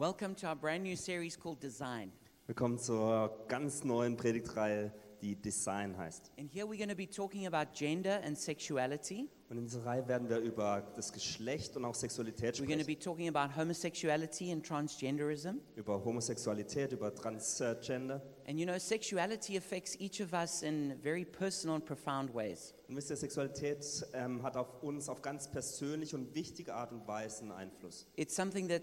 Welcome to our brand new series called Design. Willkommen zur ganz neuen Predigtreihe, die Design heißt. And here we're going to be talking about gender and sexuality. Und in dieser Reihe werden wir über das Geschlecht und auch Sexualität We're going to sprechen, be talking about homosexuality and transgenderism. über Homosexualität, über Transgender. And you know, sexuality affects each of us in very personal and profound ways. Und wisst ihr, Sexualität ähm, hat auf uns auf ganz persönliche und wichtige Art und Weise einen Einfluss. It's something that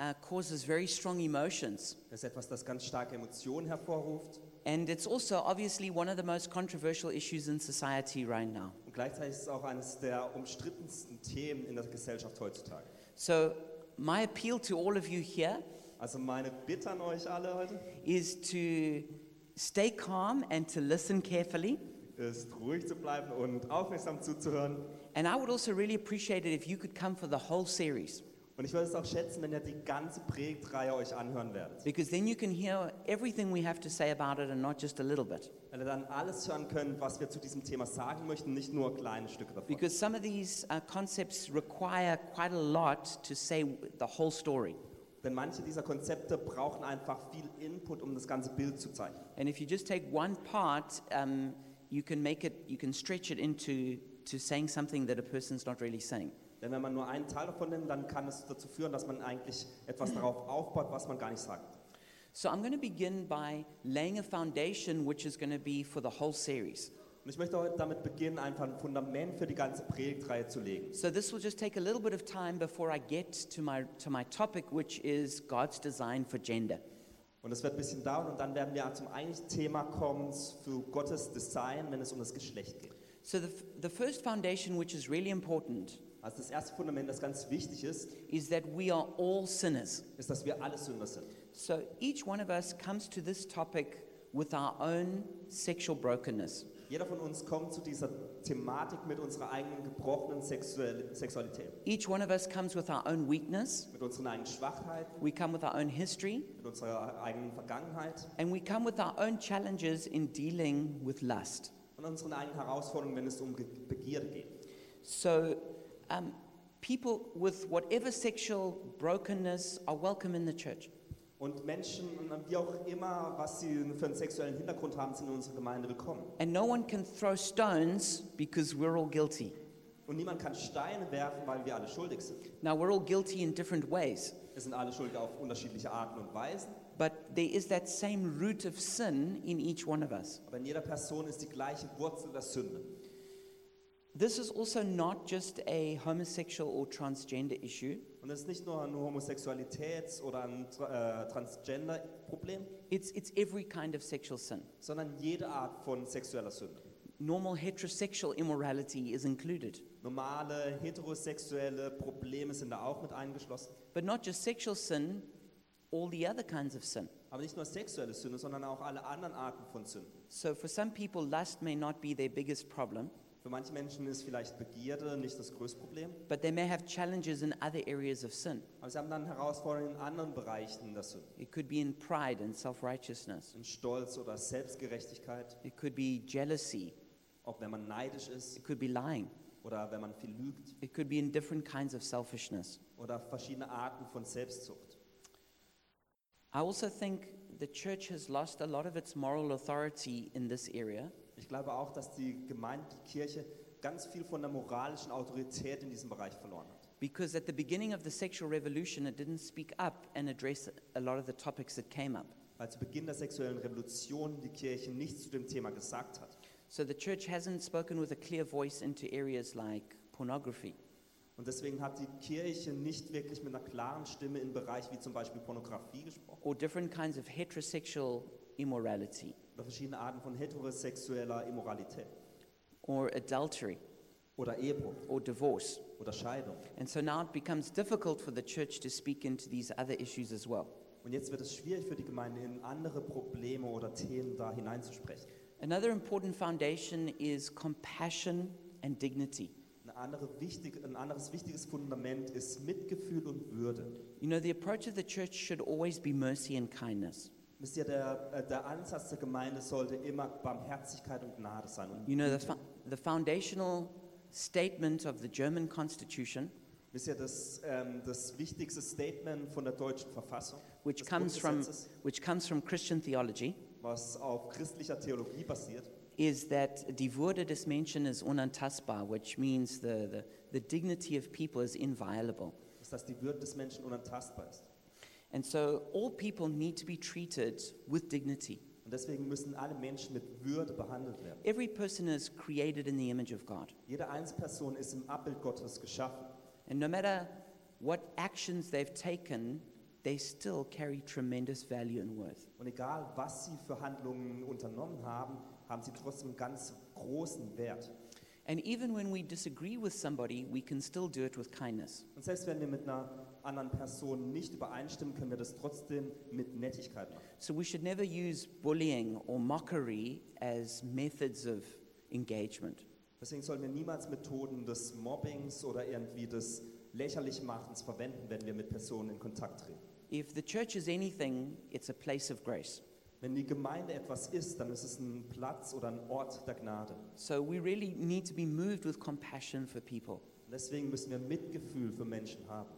uh, causes very strong emotions. Das ist etwas, das ganz starke Emotionen hervorruft. And it's also obviously one of the most controversial issues in society right now. Und gleichzeitig ist es auch eines der umstrittensten Themen in der Gesellschaft heutzutage. So, my appeal to all of you here Also meine Bitte an euch alle heute is to stay calm and to listen carefully. ist, ruhig zu bleiben und aufmerksam zuzuhören. And I would also really appreciate it if you could come for the whole series, Und ich würde es auch schätzen, wenn ihr die ganze Predigtreihe euch anhören werdet. because then you can hear everything we have to say about it and not just a little bit. Wenn ihr dann alles hören könnt, was wir zu diesem Thema sagen möchten, nicht nur kleine Stücke davon. Because some of these uh, concepts require quite a lot to say w- the whole story. Denn manche dieser Konzepte brauchen einfach viel Input, um das ganze Bild zu zeichnen. And if you just take one part, um, you can make it, you can stretch it into to saying something that a person's not really saying. Denn wenn man nur einen Teil davon nimmt, dann kann es dazu führen, dass man eigentlich etwas darauf aufbaut, was man gar nicht sagt. So I'm going to begin by laying a foundation, which is going to be for the whole series. Und ich möchte heute damit beginnen, einfach ein Fundament für die ganze Predigtreihe zu legen. So this will just take a little bit of time before I get to my to my topic, which is God's design for gender. Und es wird ein bisschen dauern und dann werden wir zum eigentlichen Thema kommen, zu Gottes Design, wenn es um das Geschlecht geht. So the, f- the first foundation, which is really important, Also das erste Fundament, das ganz wichtig ist, is that we are all sinners. ist, dass wir alle Sünder sind. So each one of us comes to this topic with our own sexual brokenness. Jeder von uns kommt zu dieser Thematik mit unserer eigenen gebrochenen Sexuell Sexualität, Each one of us comes with our own weakness. mit unseren eigenen Schwachheiten, We come with our own history, mit unserer eigenen Vergangenheit and we come with our own challenges in dealing with lust. und unseren eigenen Herausforderungen, wenn es um Ge- Begierde geht. So, um, people with whatever sexual brokenness are welcome in the church. Und Menschen, wie auch immer, was sie für einen sexuellen Hintergrund haben, sind in unserer Gemeinde willkommen. And no one can throw stones because we're all guilty. Und niemand kann Steine werfen, weil wir alle schuldig sind. Now, we're all guilty in different ways, Wir sind alle schuldig auf unterschiedliche Arten und Weisen, but there is that same root of sin in each one of us. aber in jeder Person ist die gleiche Wurzel der Sünde. This is also not just a homosexual or transgender issue, Und es ist nicht nur eine Homosexualität oder ein Tra- äh, Transgender-Problem, it's, it's every kind of sexual sin. sondern jede Art von sexueller Sünde. Normal heterosexual immorality is included. Normale heterosexuelle Probleme sind da auch mit eingeschlossen. But not just sexual sin, all the other kinds of sin. Aber nicht nur sexuelle Sünde, sondern auch alle anderen Arten von Sünden. So for some people, lust may not be their biggest problem, Für manche Menschen ist vielleicht Begierde nicht das größte Problem, but they may have challenges in other areas of sin. aber sie haben dann Herausforderungen in anderen Bereichen der Sünde. It could be in pride and self righteousness, In Stolz oder Selbstgerechtigkeit, it could be jealousy, ob wenn man neidisch ist it could be lying, oder wenn man viel lügt it could be in different kinds of selfishness. oder verschiedene Arten von Selbstsucht. I also think the church has lost a lot of its moral authority in this area, Ich glaube auch, dass die Gemeindekirche ganz viel von der moralischen Autorität in diesem Bereich verloren hat. because at the beginning of the sexual revolution, it didn't speak up and address a lot of the topics that came up. Weil zu Beginn der sexuellen Revolution die Kirche nichts zu dem Thema gesagt hat. So the church hasn't spoken with a clear voice into areas like pornography. Und deswegen hat die Kirche nicht wirklich mit einer klaren Stimme in Bereich wie zum Beispiel Pornografie gesprochen or different kinds of heterosexual immorality oder verschiedene Arten von heterosexueller Immoralität or adultery oder Ehebruch or divorce. oder Scheidung. And so now it becomes difficult for the church to speak into these other issues as well. Und jetzt wird es schwierig für die Gemeinde, in andere Probleme oder Themen da hineinzusprechen. Another important foundation is compassion and dignity. Eine andere wichtig, ein anderes wichtiges Fundament ist Mitgefühl und Würde. You know, the approach of the church should always be mercy and kindness. Wisst ihr, der, äh, der Ansatz der Gemeinde sollte immer Barmherzigkeit und Gnade sein. Und You know, the, fo- the foundational statement of the German Constitution Wisst ihr, das, ähm, das wichtigste Statement von der deutschen Verfassung, which des comes from, Grundgesetzes, which comes from Christian theology, was auf christlicher Theologie basiert, is that die Würde des Menschen ist unantastbar, which means the, the, the dignity of people is inviolable. ist, dass die Würde des Menschen unantastbar ist. And so all people need to be treated with dignity. Und deswegen müssen alle Menschen mit Würde behandelt werden. Every person is created in the image of God. Jede einzelne Person ist im Abbild Gottes geschaffen. And no matter what actions they've taken, they still carry tremendous value and worth. Und egal, was sie für Handlungen unternommen haben, haben sie trotzdem einen ganz großen Wert. And even when we disagree with somebody, we can still do it with kindness. Und selbst wenn wir mit einer anderen Person nicht übereinstimmen, können wir das trotzdem mit Nettigkeit machen. So we should never use bullying or mockery as methods of engagement. Deswegen sollten wir niemals Methoden des Mobbings oder irgendwie des Lächerlichmachens verwenden, wenn wir mit Personen in Kontakt treten. If the church is anything, it's a place of grace. Wenn die Gemeinde etwas ist, dann ist es ein Platz oder ein Ort der Gnade. So we really need to be moved with compassion for people. Und deswegen müssen wir Mitgefühl für Menschen haben.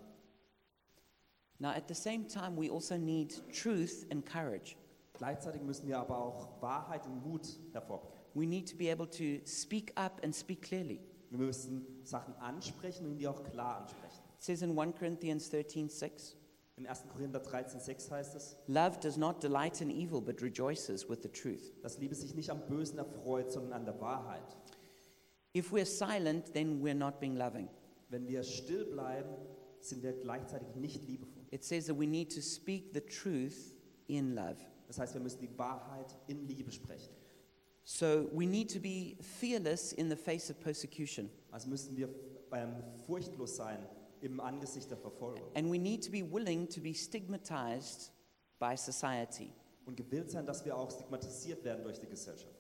Now, at the same time, we also need truth and courage. Gleichzeitig müssen wir aber auch Wahrheit und Mut hervorbringen. We need to be able to speak up and speak clearly. Wir müssen Sachen ansprechen und die auch klar ansprechen. It says in 1 Corinthians 13 6, Im 1. Korinther 13,6 heißt es, Love does not delight in evil, but rejoices with the truth. dass Liebe sich nicht am Bösen erfreut, sondern an der Wahrheit. If we're silent, then we're not being loving. Wenn wir still bleiben, sind wir gleichzeitig nicht liebevoll. It says that we need to speak the truth in love. Das heißt, wir müssen die Wahrheit in Liebe sprechen. So we need to be fearless in the face of persecution. Also müssen wir ähm, furchtlos sein im Angesicht der Verfolgung And we need to be willing to be stigmatized by society. und gewillt sein, dass wir auch stigmatisiert werden durch die Gesellschaft.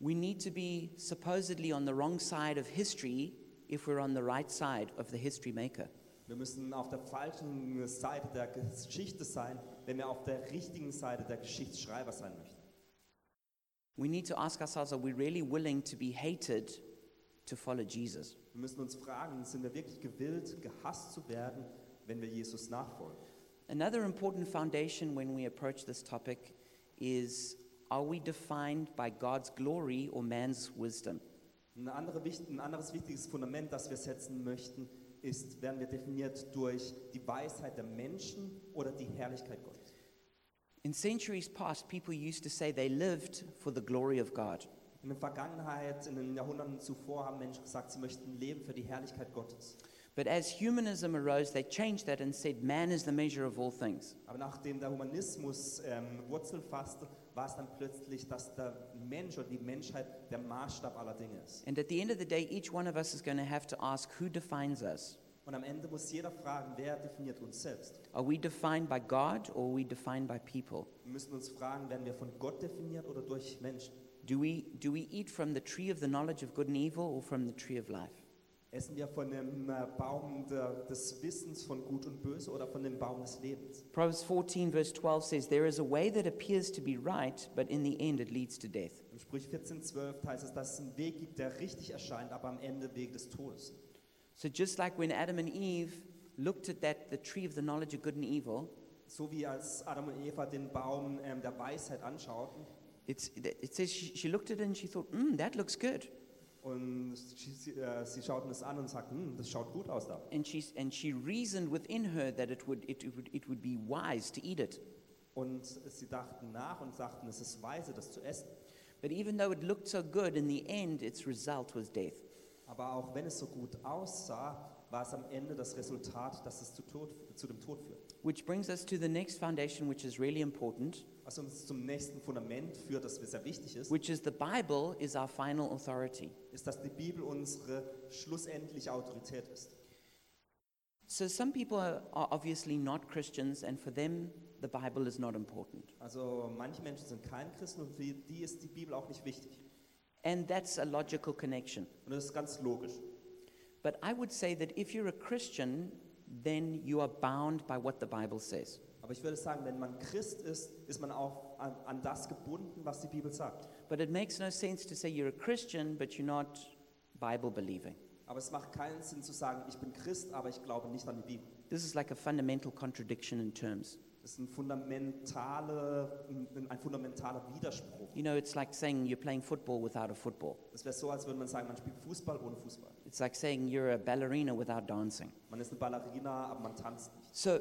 We need to be supposedly on the wrong side of history if we're on the right side of the history maker. Wir müssen auf der falschen Seite der Geschichte sein, wenn wir auf der richtigen Seite der Geschichtsschreiber sein möchten. We need to ask ourselves are we really willing to be hated to follow Jesus? Wir müssen uns fragen, sind wir wirklich gewillt, gehasst zu werden, wenn wir Jesus nachfolgen? Another important foundation when we approach this topic is are we defined by God's glory or man's wisdom? Ein, andere, wicht- ein anderes wichtiges Fundament, das wir setzen möchten, ist, werden wir definiert durch die Weisheit der Menschen oder die Herrlichkeit Gottes. In centuries past, people used to say they lived for the glory of God. In der Vergangenheit, in den Jahrhunderten zuvor haben Menschen gesagt, sie möchten leben für die Herrlichkeit Gottes. But as humanism arose, they changed that and said man is the measure of all things. Aber nachdem der Humanismus ähm, Wurzeln fasste, war es dann plötzlich, dass der Mensch oder die Menschheit der Maßstab aller Dinge ist. And at the end of the day, each one of us is going to have to ask who defines us? Und am Ende muss jeder fragen, wer definiert uns selbst? Are we defined by God or are we defined by people? Wir müssen uns fragen, werden wir von Gott definiert oder durch Menschen? Do we, do we eat from the tree of the knowledge of good and evil or from the tree of life? Essen wir von dem äh, Baum der, des Wissens von Gut und Böse oder von dem Baum des Lebens? Proverbs 14, verse 12 says, There is a way that appears to be right, but in the end it leads to death. Im Sprüch 14,12 heißt es, dass es einen Weg gibt, der richtig erscheint, aber am Ende Weg des Todes. So just like when Adam and Eve looked at that, the tree of the knowledge of good and evil, So wie als Adam und Eva den Baum ähm, der Weisheit anschauten it's, it says she, she looked at it and she thought, mm, that looks good. und sie, sie- äh, sie schauten es an und sagten, hm, das schaut gut aus da. And she, and she reasoned within her that it would, it, would, it would be wise to eat it. Und sie dachten nach und sagten, es ist weise, das zu essen. But even though it looked so good, in the end its result was death. Aber auch wenn es so gut aussah, war es am Ende das Resultat, dass es zu, Tod, zu dem Tod führt. Which brings us to the next foundation, which is really important, Was uns Also zum nächsten Fundament führt, das sehr wichtig ist, which is the Bible is our final authority. ist, dass die Bibel unsere schlussendliche Autorität ist. So some people are, are obviously not Christians, and for them, the Bible is not important. Also manche Menschen sind kein Christen und für die ist die Bibel auch nicht wichtig. And that's a logical connection. Und das ist ganz logisch. But I would say that if you're a Christian, then you are bound by what the Bible says. Aber ich würde sagen, wenn man Christ ist, ist man auch an, an das gebunden, was die Bibel sagt. But it makes no sense to say you're a Christian, but you're not Bible believing. Aber es macht keinen Sinn zu sagen, ich bin Christ, aber ich glaube nicht an die Bibel. This is like a fundamental contradiction in terms. Das ist ein, fundamentale, ein, ein fundamentaler Widerspruch. You know, it's like saying you're playing football without a football. Das wäre so, als würde man sagen, man spielt Fußball ohne Fußball. It's like saying you're a ballerina without dancing. Man ist eine Ballerina, aber man tanzt nicht. So,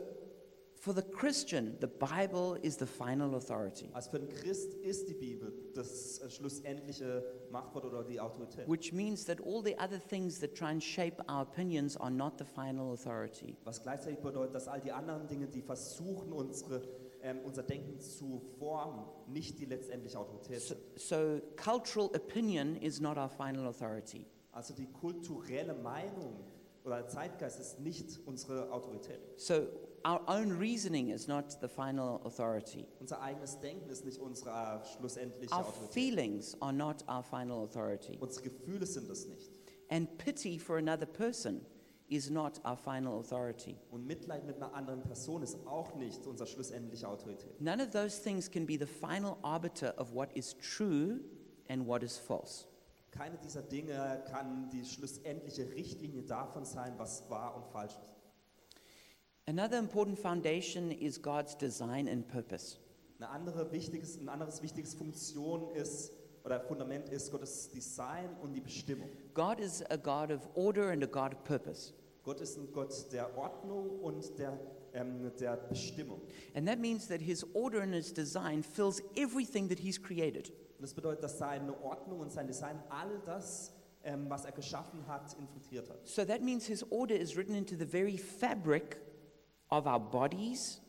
for the Christian, the Bible is the final authority, Also für einen Christ ist die Bibel das äh, schlussendliche Machtwort oder die Autorität. which means that all the other things that try and shape our opinions are not the final authority. Was gleichzeitig bedeutet, dass all die anderen Dinge, die versuchen, unsere, ähm, unser Denken zu formen, nicht die letztendliche Autorität So, sind. so cultural opinion is not our final authority. Also die kulturelle Meinung oder Zeitgeist ist nicht unsere Autorität. So, our own reasoning is not the final authority. Unser eigenes Denken ist nicht unsere äh, schlussendliche Our Autorität. feelings are not our final authority. Unsere Gefühle sind es nicht. And pity for another person is not our final authority. Und Mitleid mit einer anderen Person ist auch nicht unsere schlussendliche Autorität. None of those things can be the final arbiter of what is true and what is false. Keine dieser Dinge kann die schlussendliche Richtlinie davon sein, was wahr und falsch ist. Another important foundation is God's design and purpose. Eine andere wichtiges, ein anderes wichtiges Funktion ist oder Fundament ist Gottes Design und die Bestimmung. God is a God of order and a God of purpose. Gott ist ein Gott der Ordnung und der, ähm, der Bestimmung. And that means that his order and his design fills everything that he's created. Und das bedeutet, dass seine Ordnung und sein Design all das, ähm, was er geschaffen hat, infiltriert hat. So that means his order is written into the very fabric of our bodies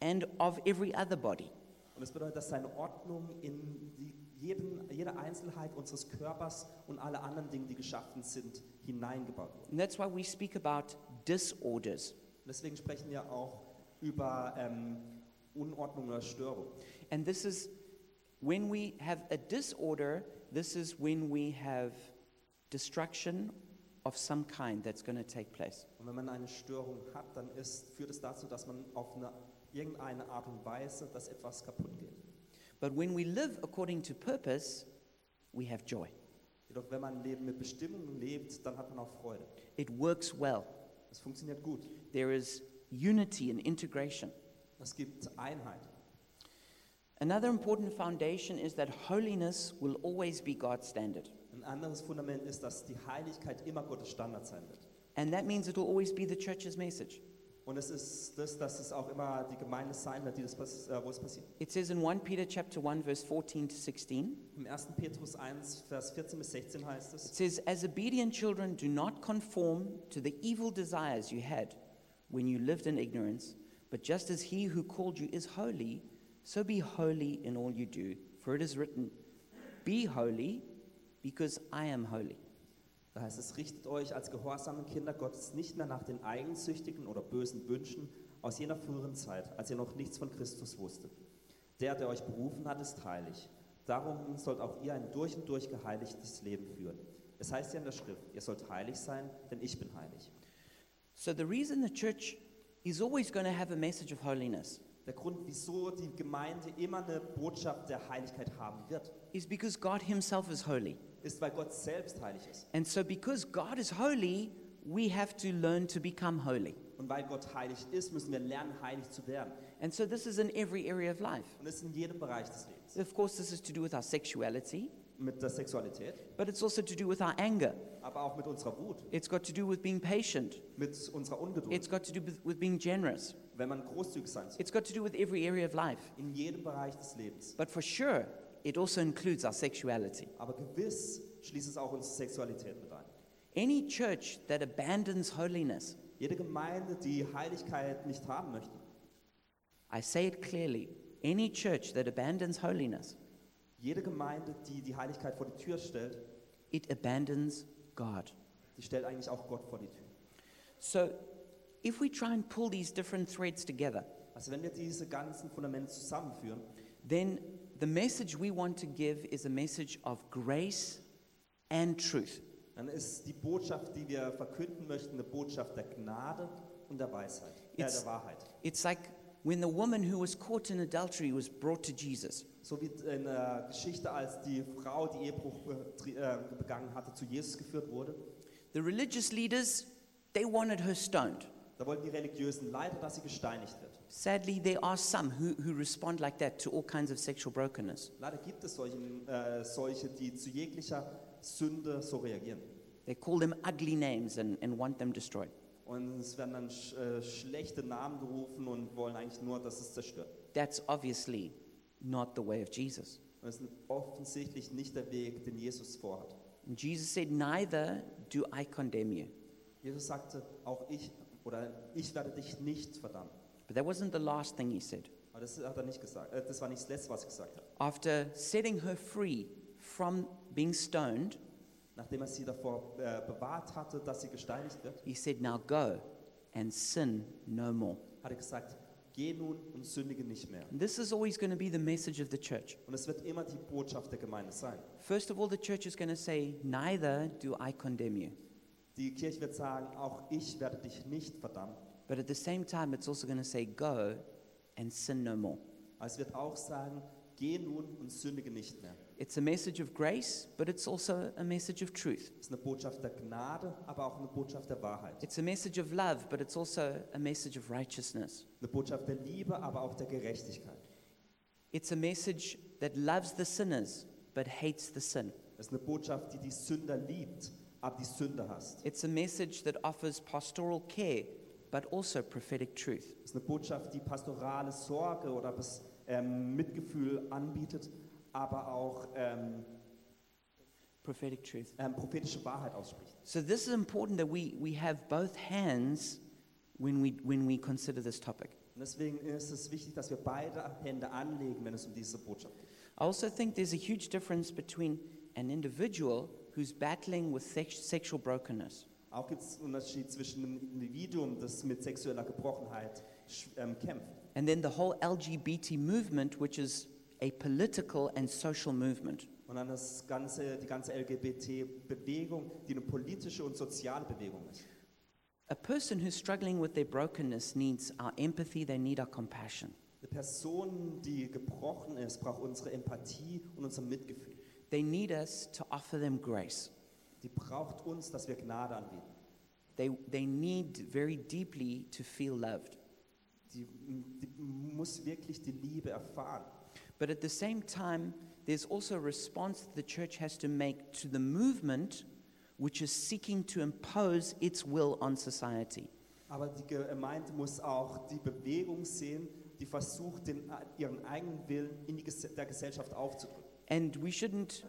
and of every other body. Und das bedeutet, dass seine Ordnung in die, jeden, jede Einzelheit unseres Körpers und alle anderen Dinge, die geschaffen sind, hineingebaut wurde. And that's why we speak about disorders. Und deswegen sprechen wir auch über ähm, Unordnung oder Störung. And this is when we have a disorder, this is when we have destruction of some kind that's going to take place. Und wenn man eine Störung hat, dann ist, führt es dazu, dass man auf eine, irgendeine Art und Weise, dass etwas kaputt geht. But when we live according to purpose, we have joy. Jedoch, wenn man ein Leben mit Bestimmung lebt, dann hat man auch Freude. It works well. Es funktioniert gut. There is unity and integration. Es gibt Einheit. Another important foundation is that holiness will always be God's standard. Ein anderes Fundament ist, dass die Heiligkeit immer Gottes Standard sein wird. And that means it will always be the church's message. Und es ist das, dass es auch immer die Gemeinde sein wird, die das, pass- äh, wo es passiert. It says in 1 Peter chapter 1 verse 14 to 16, Im 1. Petrus 1, Vers 14 bis 16 heißt es, It says, As obedient children, do not conform to the evil desires you had when you lived in ignorance, but just as he who called you is holy, so be holy in all you do. For it is written, Be holy, because I am holy. Da heißt es, richtet euch als gehorsame Kinder Gottes nicht mehr nach den eigensüchtigen oder bösen Wünschen aus jener früheren Zeit, als ihr noch nichts von Christus wusstet. Der, der euch berufen hat, ist heilig. Darum sollt auch ihr ein durch und durch geheiligtes Leben führen. Es heißt ja in der Schrift, ihr sollt heilig sein, denn ich bin heilig. So the reason the church is always going to have a message of holiness Der Grund, wieso die Gemeinde immer eine Botschaft der Heiligkeit haben wird, is because God himself is holy. ist, weil Gott selbst heilig ist. And so, because God is holy, we have to learn to become holy. Und weil Gott heilig ist, müssen wir lernen, heilig zu werden. And so, this is in every area of life. Und das ist in jedem Bereich des Lebens. Of course, this is to do with our sexuality, Mit der Sexualität, but it's also to do with our anger. aber auch mit unserer Wut. It's got to do with being patient. mit unserer Ungeduld, It's got to do with- with being generous. wenn man großzügig sein soll, It's got to do with every area of life. in jedem Bereich des Lebens. But for sure, it also includes our sexuality. Aber gewiss schließt es auch unsere Sexualität mit ein. Any church that abandons holiness, Jede Gemeinde, die Heiligkeit nicht haben möchte, I say it clearly, any church that abandons holiness, jede Gemeinde, die die Heiligkeit vor die Tür stellt, it abandons God. die stellt eigentlich auch Gott vor die Tür. So if we try and pull these different threads together, Also wenn wir diese ganzen Fundamente zusammenführen, then the message we want to give is a message of grace and truth. dann ist die Botschaft, die wir verkünden möchten, eine Botschaft der Gnade und der Weisheit, äh, It's- der Wahrheit. It's like when the woman who was caught in adultery was brought to Jesus. So wie in der Geschichte, als die Frau, die Ehebruch be- tri- äh, begangen hatte, zu Jesus geführt wurde. The religious leaders, they wanted her stoned. Da wollten die religiösen Leiter, dass sie gesteinigt wird. Sadly, there are some who, who respond like that to all kinds of sexual brokenness. Leider gibt es solche, äh, solche, die zu jeglicher Sünde so reagieren. They call them ugly names and, and want them destroyed. Und es werden dann sch äh, schlechte Namen gerufen und wollen eigentlich nur, dass es zerstört. That's obviously not the way of Jesus. Und das ist offensichtlich nicht der Weg, den Jesus vorhat. And Jesus said, Neither do I condemn you. Jesus sagte, auch ich oder ich werde dich nicht verdammen. But that wasn't the last thing he said. Aber das hat er nicht gesagt. Äh, das war nicht das Letzte, was er gesagt hat. After setting her free from being stoned, Nachdem er sie davor äh, bewahrt hatte, dass sie gesteinigt wird, he said, Now go and sin no more. hat er gesagt, geh nun und sündige nicht mehr. And this is always going to be the message of the church. Und es wird immer die Botschaft der Gemeinde sein. First of all, the church is going to say, Neither do I condemn you. Die Kirche wird sagen, auch ich werde dich nicht verdammen. But at the same time, it's also going to say, Go and sin no more. Aber es wird auch sagen, geh nun und sündige nicht mehr. It's a message of grace, but it's also a message of truth. Es ist eine Botschaft der Gnade, aber auch eine Botschaft der Wahrheit. It's a message of love, but it's also a message of righteousness. Eine Botschaft der Liebe, aber auch der Gerechtigkeit. It's a message that loves the sinners, but hates the sin. Es ist eine Botschaft, die die Sünder liebt, aber die Sünder hasst. It's a message that offers pastoral care, but also prophetic truth. Es ist eine Botschaft, die pastorale Sorge oder das ähm, Mitgefühl anbietet, aber auch ähm, Prophetic truth. ähm, prophetische Wahrheit ausspricht. So this is important that we, we have both hands when we, when we consider this topic. Und deswegen ist es wichtig, dass wir beide Hände anlegen, wenn es um diese Botschaft geht. I also think there's a huge difference between an individual who's battling with sex- sexual brokenness Auch gibt es einen Unterschied zwischen einem Individuum, das mit sexueller Gebrochenheit sch- ähm, kämpft, and then the whole LGBT movement, which is a political and social movement. und dann das ganze, die ganze LGBT-Bewegung, die eine politische und soziale Bewegung ist. A person who's struggling with their brokenness needs our empathy, they need our compassion. Eine Person, die gebrochen ist, braucht unsere Empathie und unser Mitgefühl. They need us to offer them grace. Die braucht uns, dass wir Gnade anbieten. They, they need very deeply to feel loved. Die, die muss wirklich die Liebe erfahren. But at the same time, there's also a response that the church has to make to the movement which is seeking to impose its will on society. Aber die Gemeinde muss auch die Bewegung sehen, die versucht, den, ihren eigenen Willen in die, Ges- der Gesellschaft aufzudrücken. And we shouldn't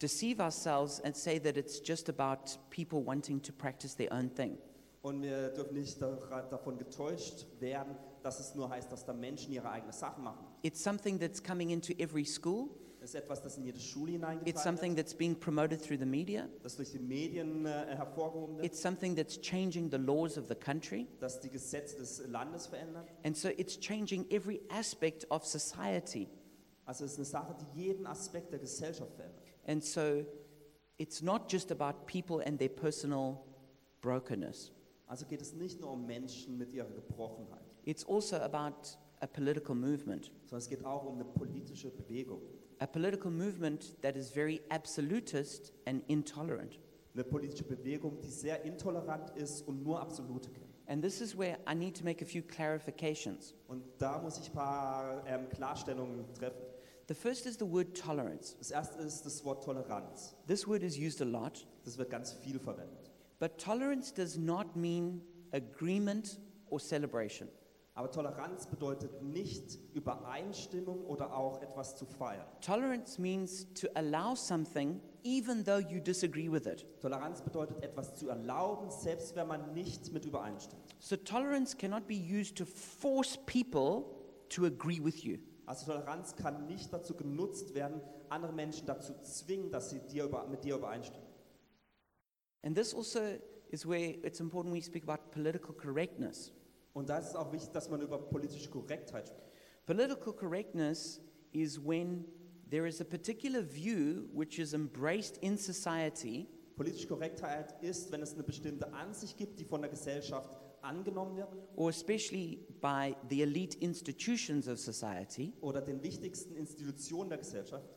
deceive ourselves and say that it's just about people wanting to practice their own thing. Und wir dürfen nicht dar- davon getäuscht werden, dass es nur heißt, dass da Menschen ihre eigenen Sachen machen. It's something that's coming into every school, Das ist etwas, das in jede Schule it's hineingetragen something wird, that's being promoted through the media, das durch die Medien äh, hervorgehoben wird, it's something that's changing the laws of the country. das die Gesetze des Landes verändern. And so it's changing every aspect of society. Also es ist eine Sache, die jeden Aspekt der Gesellschaft verändert. And so it's not just about people and their personal brokenness, Also geht es nicht nur um Menschen mit ihrer Gebrochenheit, it's also about a political movement, sondern es geht auch um eine politische Bewegung. a political movement that is very absolutist and intolerant. Eine politische Bewegung, die sehr intolerant ist und nur Absolute kennt. And this is where I need to make a few clarifications. Und da muss ich ein paar ähm, Klarstellungen treffen. The first is the word tolerance. Das erste ist das Wort Toleranz. This word is used a lot, Das wird ganz viel verwendet. but tolerance does not mean agreement or celebration. Aber Toleranz bedeutet nicht Übereinstimmung oder auch etwas zu feiern. Tolerance means to allow something even though you disagree with it. Toleranz bedeutet etwas zu erlauben, selbst wenn man nicht mit übereinstimmt. So tolerance cannot be used to force people to agree with you. Also Toleranz kann nicht dazu genutzt werden, andere Menschen dazu zwingen, dass sie dir über, mit dir übereinstimmen. And this also is where it's important we speak about political correctness. Und da ist es auch wichtig, dass man über politische Korrektheit spricht. Political correctness is when there is a particular view which is embraced in society Politische Korrektheit ist, wenn es eine bestimmte Ansicht gibt, die von der Gesellschaft angenommen wird or especially by the elite institutions of society oder den wichtigsten Institutionen der Gesellschaft,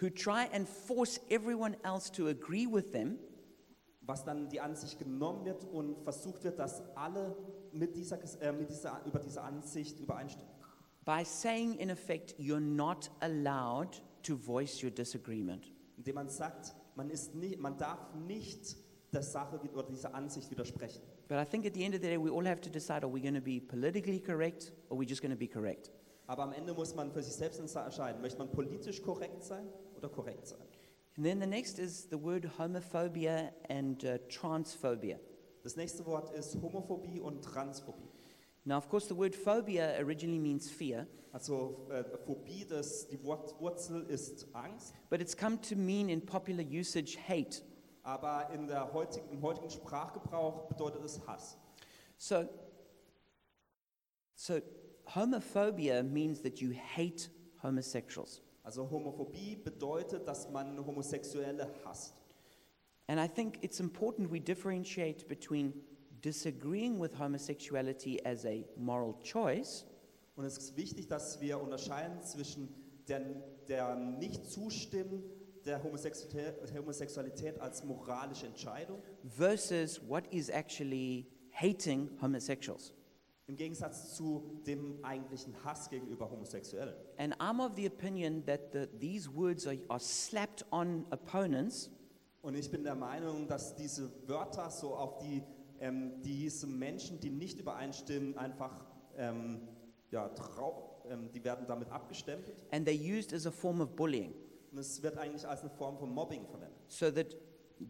who try and force everyone else to agree with them was dann die Ansicht genommen wird und versucht wird, dass alle mit dieser, Ges- äh, mit dieser, über diese Ansicht übereinstimmen. by saying, in effect, you're not allowed to voice your disagreement. Indem man sagt, man, ist nicht, man darf nicht der Sache wi- oder dieser Ansicht widersprechen. But I think at the end of the day, we all have to decide are we going to be politically correct or are we just going to be correct? Aber am Ende muss man für sich selbst entscheiden, möchte man politisch korrekt sein oder korrekt sein. And then the next is the word homophobia and uh, transphobia. Das nächste Wort ist Homophobie und Transphobie. Now, of course, the word phobia originally means fear, Also äh, Phobie, das, die Wur- Wurzel ist Angst, but it's come to mean in popular usage hate. aber in der heutigen, im heutigen Sprachgebrauch bedeutet es Hass. So, so homophobia means that you hate homosexuals. Also Homophobie bedeutet, dass man Homosexuelle hasst. And I think it's important we differentiate between disagreeing with homosexuality as a moral choice Und es ist wichtig, dass wir unterscheiden zwischen der, der Nicht-Zustimmen der Homosexualität, Homosexualität als moralische Entscheidung versus what is actually hating homosexuals. im Gegensatz zu dem eigentlichen Hass gegenüber Homosexuellen. And I'm of the opinion that the, these words are, are slapped on opponents Und ich bin der Meinung, dass diese Wörter so auf die, ähm, diese Menschen, die nicht übereinstimmen, einfach, ähm, ja, trau ähm, die werden damit abgestempelt. and they're used as a form of bullying Und es wird eigentlich als eine Form von Mobbing verwendet. so that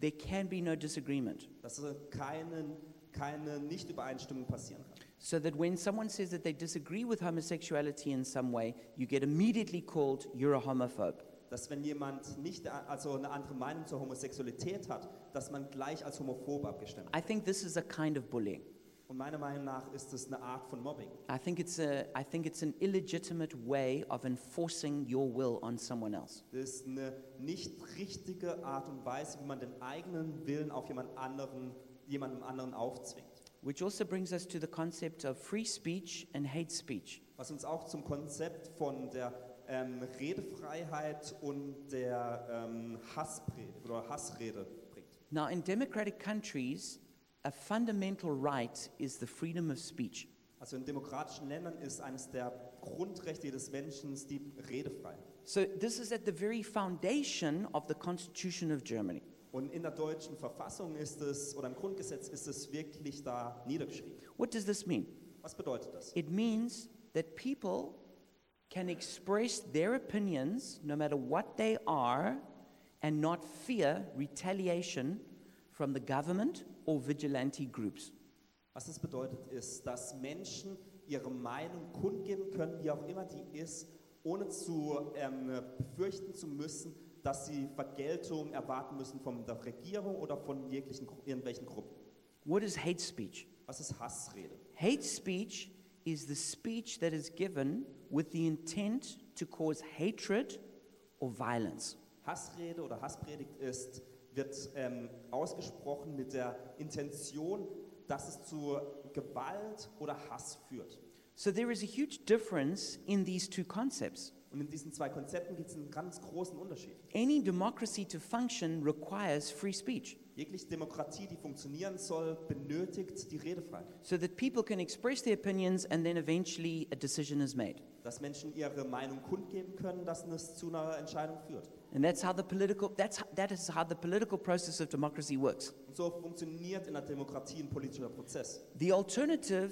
there can be no disagreement. Dass äh, keinen, keine Nicht-Übereinstimmung passieren kann. So that when someone says that they disagree with homosexuality in some way, you get immediately called, you're a homophobe. Dass wenn jemand nicht, äh, also eine andere Meinung zur Homosexualität hat, dass man gleich als homophob abgestempelt I think this is a kind of bullying. wird. Und meiner Meinung nach ist es eine Art von Mobbing. I think it's, a, I think it's an illegitimate way of enforcing your will on someone else. Das ist eine nicht richtige Art und Weise, wie man den eigenen Willen auf jemand anderen, jemandem anderen aufzwingt. Which also brings us to the concept of free speech and hate speech. Was uns auch zum Konzept von der ähm, Redefreiheit und der ähm, Hassrede, oder Hassrede bringt. Now, in democratic countries, a fundamental right is the freedom of speech. Also in demokratischen Ländern ist eines der Grundrechte jedes Menschen die Redefreiheit. So, this is at the very foundation of the Constitution of Germany. Und in der deutschen Verfassung ist es, oder im Grundgesetz ist es wirklich da niedergeschrieben. What does this mean? Was bedeutet das? It means that people can express their opinions, no matter what they are, and not fear retaliation from the government or vigilante groups. Was es bedeutet, ist, dass Menschen ihre Meinung kundgeben können, wie auch immer die ist, ohne zu ähm, befürchten zu müssen, dass sie Vergeltung erwarten müssen von der Regierung oder von jeglichen, Gru- irgendwelchen Gruppen. What is hate speech? Was ist Hassrede? Hate speech is the speech that is given with the intent to cause hatred or violence. Hassrede oder Hasspredigt ist, wird ähm, ausgesprochen mit der Intention, dass es zu Gewalt oder Hass führt. So there is a huge difference in these two concepts. Und in diesen zwei Konzepten gibt es einen ganz großen Unterschied. Any democracy to function requires free speech. Jegliche Demokratie, die funktionieren soll, benötigt die Redefreiheit. so that people can express their opinions and then eventually a decision is made. Dass Menschen ihre Meinung kundgeben können, dass es zu einer Entscheidung führt. And that's how the political that's that is how the political process of democracy works. Und so funktioniert in der Demokratie ein politischer Prozess. The alternative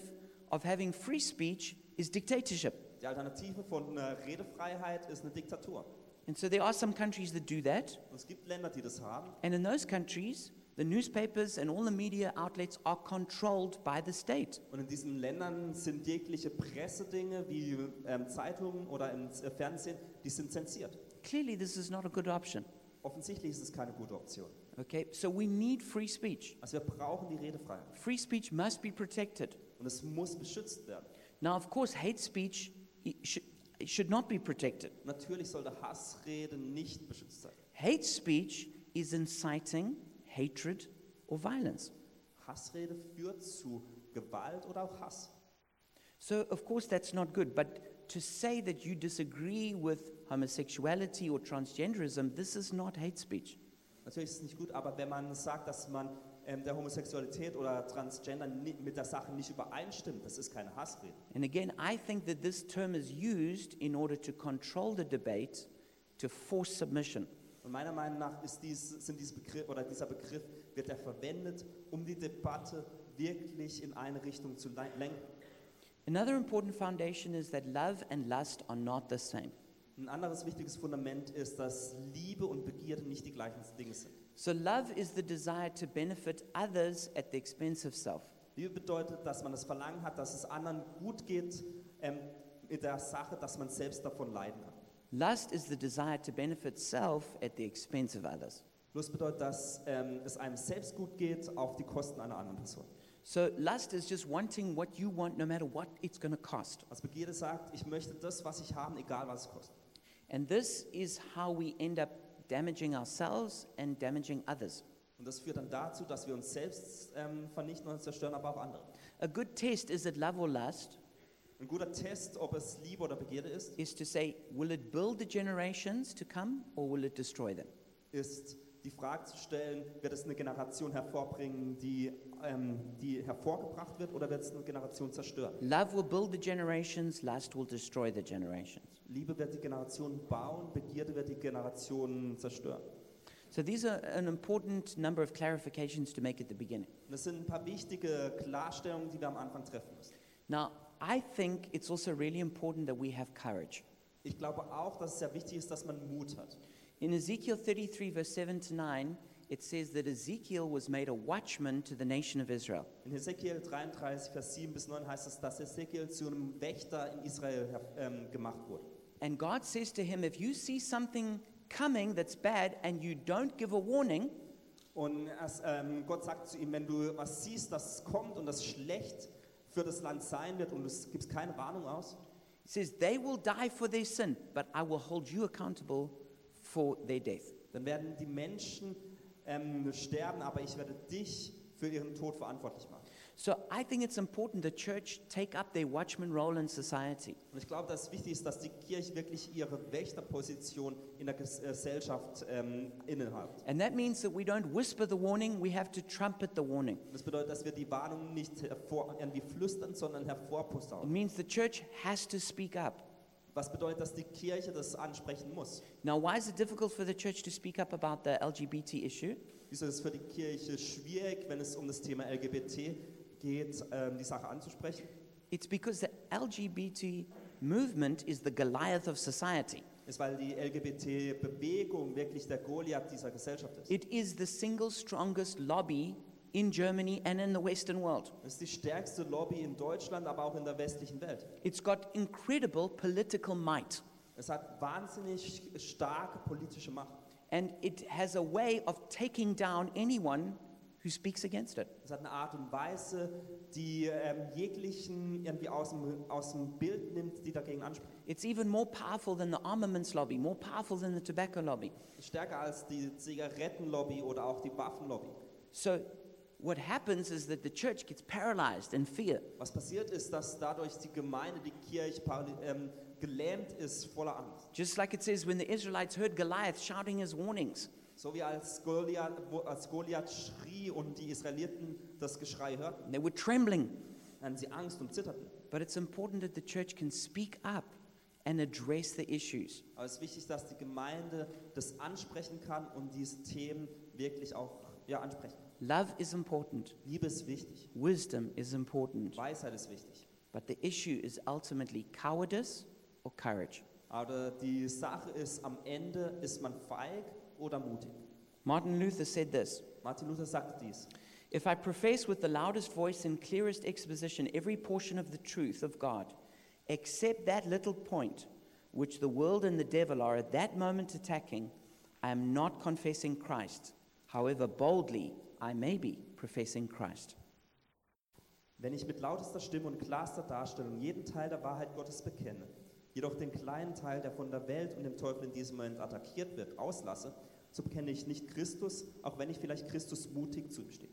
of having free speech is dictatorship. Die Alternative von äh, Redefreiheit ist eine Diktatur. And so there are some countries that do that, Und es gibt Länder, die das haben. and in those countries the newspapers and all the media outlets are controlled by the state. Und in diesen Ländern sind jegliche Pressedinge wie ähm, Zeitungen oder im Z- äh, Fernsehen, die sind zensiert. Clearly this is not a good option. Offensichtlich ist es keine gute Option. Okay? So we need free speech. Also wir brauchen die Redefreiheit. Free speech must be protected. Und es muss beschützt werden. Now of course hate speech i- should, should not be protected. Natürlich sollte Hassrede nicht beschützt sein. Hate speech is inciting hatred or violence. Hassrede führt zu Gewalt oder auch Hass. So, of course, that's not good, but to say that you disagree with homosexuality or transgenderism, this is not hate speech. Natürlich ist es nicht gut, aber wenn man sagt, dass man ähm, der Homosexualität oder Transgender ni- mit der Sache nicht übereinstimmt, das ist keine Hassrede. And again, I think that this term is used in order to control the debate, to force submission. Und meiner Meinung nach ist dies, sind diese Begriff, oder dieser Begriff wird er verwendet, um die Debatte wirklich in eine Richtung zu lei- lenken. Another important foundation is that love and lust are not the same. Ein anderes wichtiges Fundament ist, dass Liebe und Begierde nicht die gleichen Dinge sind. So, love is the desire to benefit others at the expense of self. Liebe bedeutet, dass man das Verlangen hat, dass es anderen gut geht ähm, mit der Sache, dass man selbst davon leiden hat. Lust is the desire to benefit self at the expense of others. Lust bedeutet, dass ähm, es einem selbst gut geht auf die Kosten einer anderen Person. So, lust is just wanting what you want no matter what it's going to cost. Also Begierde sagt, ich möchte das, was ich habe, egal was es kostet. And this is how we end up damaging ourselves and damaging others. Und das führt dann dazu, dass wir uns selbst ähm, vernichten und zerstören, aber auch andere. A good test is it love or lust? Ein guter Test, ob es Liebe oder Begierde ist, Is to say, will it build the generations to come or will it destroy them? ist die Frage zu stellen, wird es eine Generation hervorbringen, die, ähm, die hervorgebracht wird, oder wird es eine Generation zerstören? Love will build the generations, lust will destroy the generations. Liebe wird die Generation bauen, Begierde wird die Generation zerstören. So these are an important number of clarifications to make at the beginning. Und das sind ein paar wichtige Klarstellungen, die wir am Anfang treffen müssen. Now, I think it's also really important that we have courage. Ich glaube auch, dass es sehr wichtig ist, dass man Mut hat. In Ezekiel 33, verse 7 to 9, it says that Ezekiel was made a watchman to the nation of Israel. In Hesekiel 33, Vers 7 bis 9 heißt es, dass Hesekiel zu einem Wächter in Israel her- ähm, gemacht wurde. And God says to him, If you see something coming that's bad and you don't give a warning, Und erst, ähm, Gott sagt zu ihm, wenn du was siehst, das kommt und das schlecht für das Land sein wird und es gibt keine Warnung aus, it says, They will die for their sin, but I will hold you accountable for their death. dann werden die Menschen ähm, sterben, aber ich werde dich für ihren Tod verantwortlich machen. So I think it's important the church take up their watchman role in society. Und ich glaube, dass es wichtig ist, dass die Kirche wirklich ihre Wächterposition in der Ges- äh, Gesellschaft ähm, innehat. And that means that we don't whisper the warning, we have to trumpet the warning. Das bedeutet, dass wir die Warnung nicht hervor, irgendwie flüstern, sondern It hervorposaunen. means the church has to speak up. Was bedeutet, dass die Kirche das ansprechen muss? Now, why is it difficult for the church to speak up about the LGBT issue? Wieso ist es für die Kirche schwierig, wenn es um das Thema LGBT geht, ähm, die Sache anzusprechen? It's because the LGBT movement is the Goliath of society. Ist, weil die LGBT-Bewegung wirklich der Goliath dieser Gesellschaft ist. It is the single strongest lobby in Germany and in the Western world. Es ist die stärkste Lobby in Deutschland, aber auch in der westlichen Welt. It's got incredible political might, Es hat wahnsinnig starke politische Macht. and it has a way of taking down anyone who speaks against it. Es hat eine Art und Weise, die ähm, jeglichen irgendwie aus dem, aus dem Bild nimmt, die dagegen anspricht. It's even more powerful than the armaments lobby, more powerful than the tobacco lobby. Stärker als die Zigarettenlobby oder auch die Waffenlobby. So, what happens is that the church gets paralyzed in fear. Was passiert ist, dass dadurch die Gemeinde, die Kirche paraly- ähm, gelähmt ist voller Angst. Just like it says when the Israelites heard Goliath shouting his warnings, So wie als Goliath, wo- als Goliath schrie und die Israeliten das Geschrei hörten, they were trembling. hatten sie Angst und zitterten. But it's important that the church can speak up and address the issues. Aber es ist wichtig, dass die Gemeinde das ansprechen kann und diese Themen wirklich auch ja, ansprechen. Love is important, Liebe ist wichtig, wisdom is important, Weisheit ist wichtig. but the issue is ultimately cowardice or courage. Aber die Sache ist, am Ende ist man feig oder mutig. Martin Luther said this Martin Luther sagte dies. If I profess with the loudest voice and clearest exposition every portion of the truth of God, except that little point which the world and the devil are at that moment attacking, I am not confessing Christ, however boldly I may be professing Christ. Wenn ich mit lautester Stimme und klarster Darstellung jeden Teil der Wahrheit Gottes bekenne, jedoch den kleinen Teil, der von der Welt und dem Teufel in diesem Moment attackiert wird, auslasse, so bekenne ich nicht Christus, auch wenn ich vielleicht Christus mutig zu ihm stehe.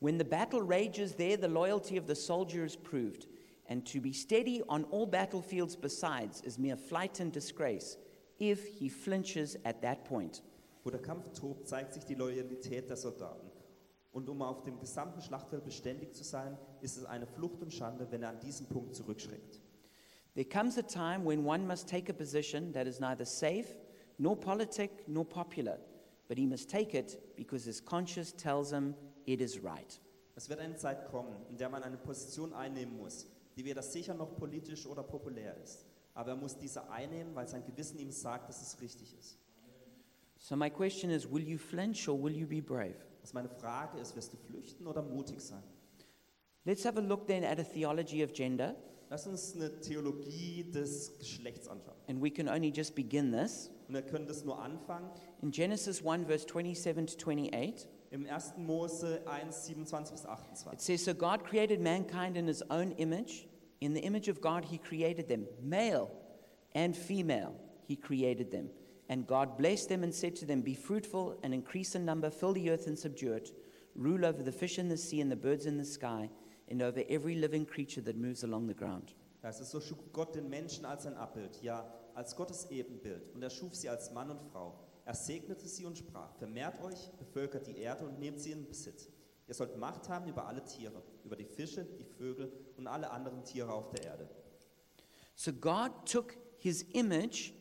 When the battle rages there, the loyalty of the soldier is proved, and to be steady on all battlefields besides is mere flight and disgrace if he flinches at that point. Wo der Kampf tobt, zeigt sich die Loyalität der Soldaten. Und um auf dem gesamten Schlachtfeld beständig zu sein, ist es eine Flucht und Schande, wenn er an diesem Punkt zurückschreckt. There comes a time when one must take a position that is neither safe, nor politic, nor popular, but he must take it because his conscience tells him it is right. Es wird eine Zeit kommen, in der man eine Position einnehmen muss, die weder sicher noch politisch oder populär ist. Aber er muss diese einnehmen, weil sein Gewissen ihm sagt, dass es richtig ist. So, my question is will you flinch or will you be brave? Also meine Frage ist, wirst du flüchten oder mutig sein? Let's have a look then at a theology of gender, Lass uns eine Theologie des Geschlechts anschauen. and we can only just begin this. Und wir können das nur anfangen. In Genesis 1, verse 27 to 28, Im 1. Mose 1, 27 bis 28. it says, So God created mankind in his own image. In the image of God, he created them, male and female, he created them. And God blessed them and said to them, Be fruitful and increase in number, fill the earth and subdue it, rule over the fish in the sea and the birds in the sky, and over every living creature that moves along the ground. Da ist es so schuf Gott den Menschen als sein Abbild, ja, als Gottes Ebenbild. Und er schuf sie als Mann und Frau. Er segnete sie und sprach, vermehrt euch, bevölkert die Erde und nehmt sie in Besitz. Ihr sollt Macht haben über alle Tiere, über die Fische, die Vögel und alle anderen Tiere auf der Erde. So God took his image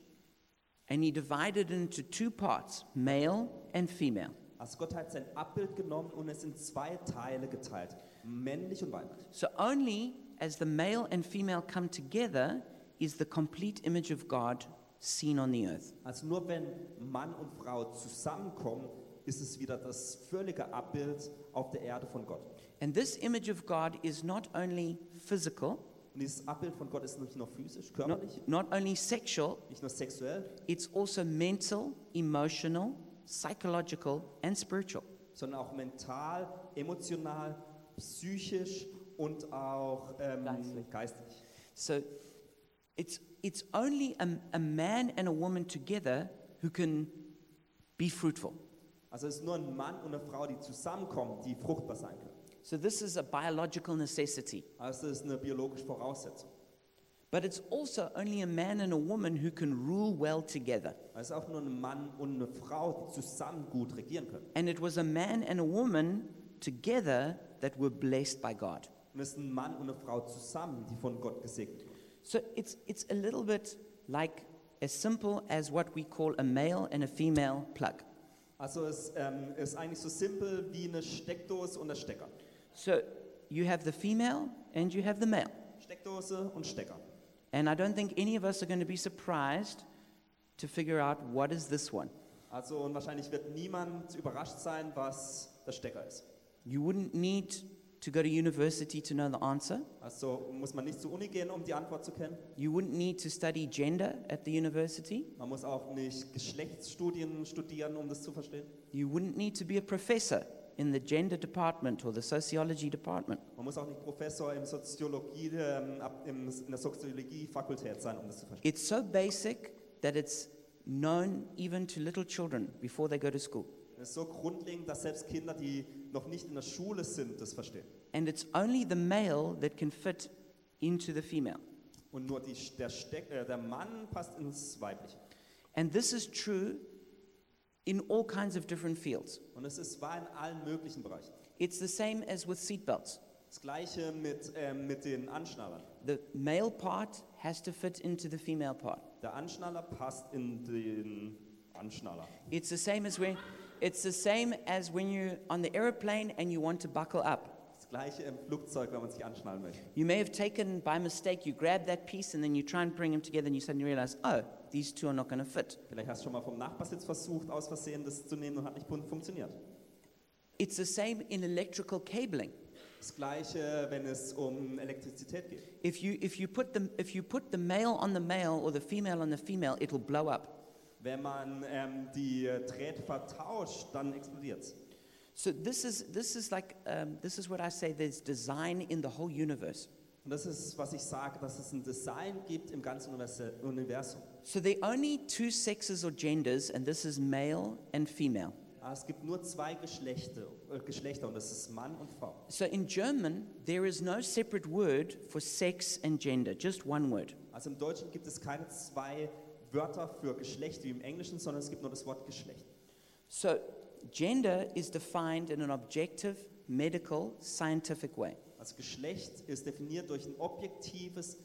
and he divided it into two parts, male and female. Also Gott hat sein Abbild genommen und es in zwei Teile geteilt, männlich und weiblich. So only as the male and female come together is the complete image of God seen on the earth. Also nur wenn Mann und Frau zusammenkommen, ist es wieder das völlige Abbild auf der Erde von Gott. And this image of God is not only physical, Und dieses Abbild von Gott ist nicht nur physisch, not, körperlich, not only sexual, nicht nur sexuell, it's also mental, emotional, psychological, and spiritual. sondern auch mental, emotional, psychisch und auch ähm, Geistlich. geistlich. So it's, it's only a, a man and a woman together who can be fruitful. Also es ist nur ein Mann und eine Frau, die zusammenkommen, die fruchtbar sein können. So this is a biological necessity. Also es ist eine biologische Voraussetzung. But it's also only a man and a woman who can rule well together. Also Es ist auch nur ein Mann und eine Frau, die zusammen gut regieren können. And it was a man and a woman together that were blessed by God. Und es ist ein Mann und eine Frau zusammen, die von Gott gesegnet werden. So it's, it's a little bit like as simple as what we call a male and a female plug. Also es ähm, ist eigentlich so simpel wie eine Steckdose und der Stecker. So you have the female and you have the male. Steckdose und Stecker. And I don't think any of us are going to be surprised to figure out what is this one. Also und wahrscheinlich wird niemand überrascht sein, was der Stecker ist. You wouldn't need to go to university to know the answer. Also muss man nicht zur Uni gehen, um die Antwort zu kennen. You wouldn't need to study gender at the university. Man muss auch nicht Geschlechtsstudien studieren, um das zu verstehen. You wouldn't need to be a professor in the gender department or the sociology department. Man muss auch nicht Professor im Soziologie, ähm, ab- im, in der Soziologie-Fakultät sein, um das zu verstehen. It's so basic that it's known even to little children before they go to school. Es ist so grundlegend, dass selbst Kinder, die noch nicht in der Schule sind, das verstehen. And it's only the male that can fit into the female. Und nur die, der, Steck, äh, der Mann passt ins Weibliche. And this is true in all kinds of different fields. Und es ist wahr in allen möglichen Bereichen. It's the same as with seatbelts. Das gleiche mit, ähm, mit den Anschnallern. The male part has to fit into the female part. Der Anschnaller passt in den Anschnaller. It's the same as when it's the same as when you're on the airplane and you want to buckle up. Das gleiche im Flugzeug, wenn man sich anschnallen möchte. You may have taken by mistake, you grab that piece and then you try and bring them together and you suddenly realize, oh, these two are not going to fit. Vielleicht hast du schon mal vom Nachbarsitz versucht, aus Versehen das zu nehmen und hat nicht fun- funktioniert. It's the same in electrical cabling. Das gleiche, wenn es um Elektrizität geht. If you, if you, put, the, if you put the male on the male or the female on the female, it'll blow up. Wenn man ähm, die Drähte vertauscht, dann explodiert es. So this is, this is like, um, this is what I say, there's design in the whole universe. Und das ist, was ich sage, dass es ein Design gibt im ganzen Univers- Universum. So there are only two sexes or genders, and this is male and female. Aber Ah, es gibt nur zwei Geschlechte, äh, Geschlechter und das ist Mann und Frau. So in German, there is no separate word for sex and gender, just one word. Also im Deutschen gibt es keine zwei Wörter für Geschlecht wie im Englischen, sondern es gibt nur das Wort Geschlecht. So gender is defined in an objective, medical, scientific way. Also Geschlecht ist definiert durch ein objektives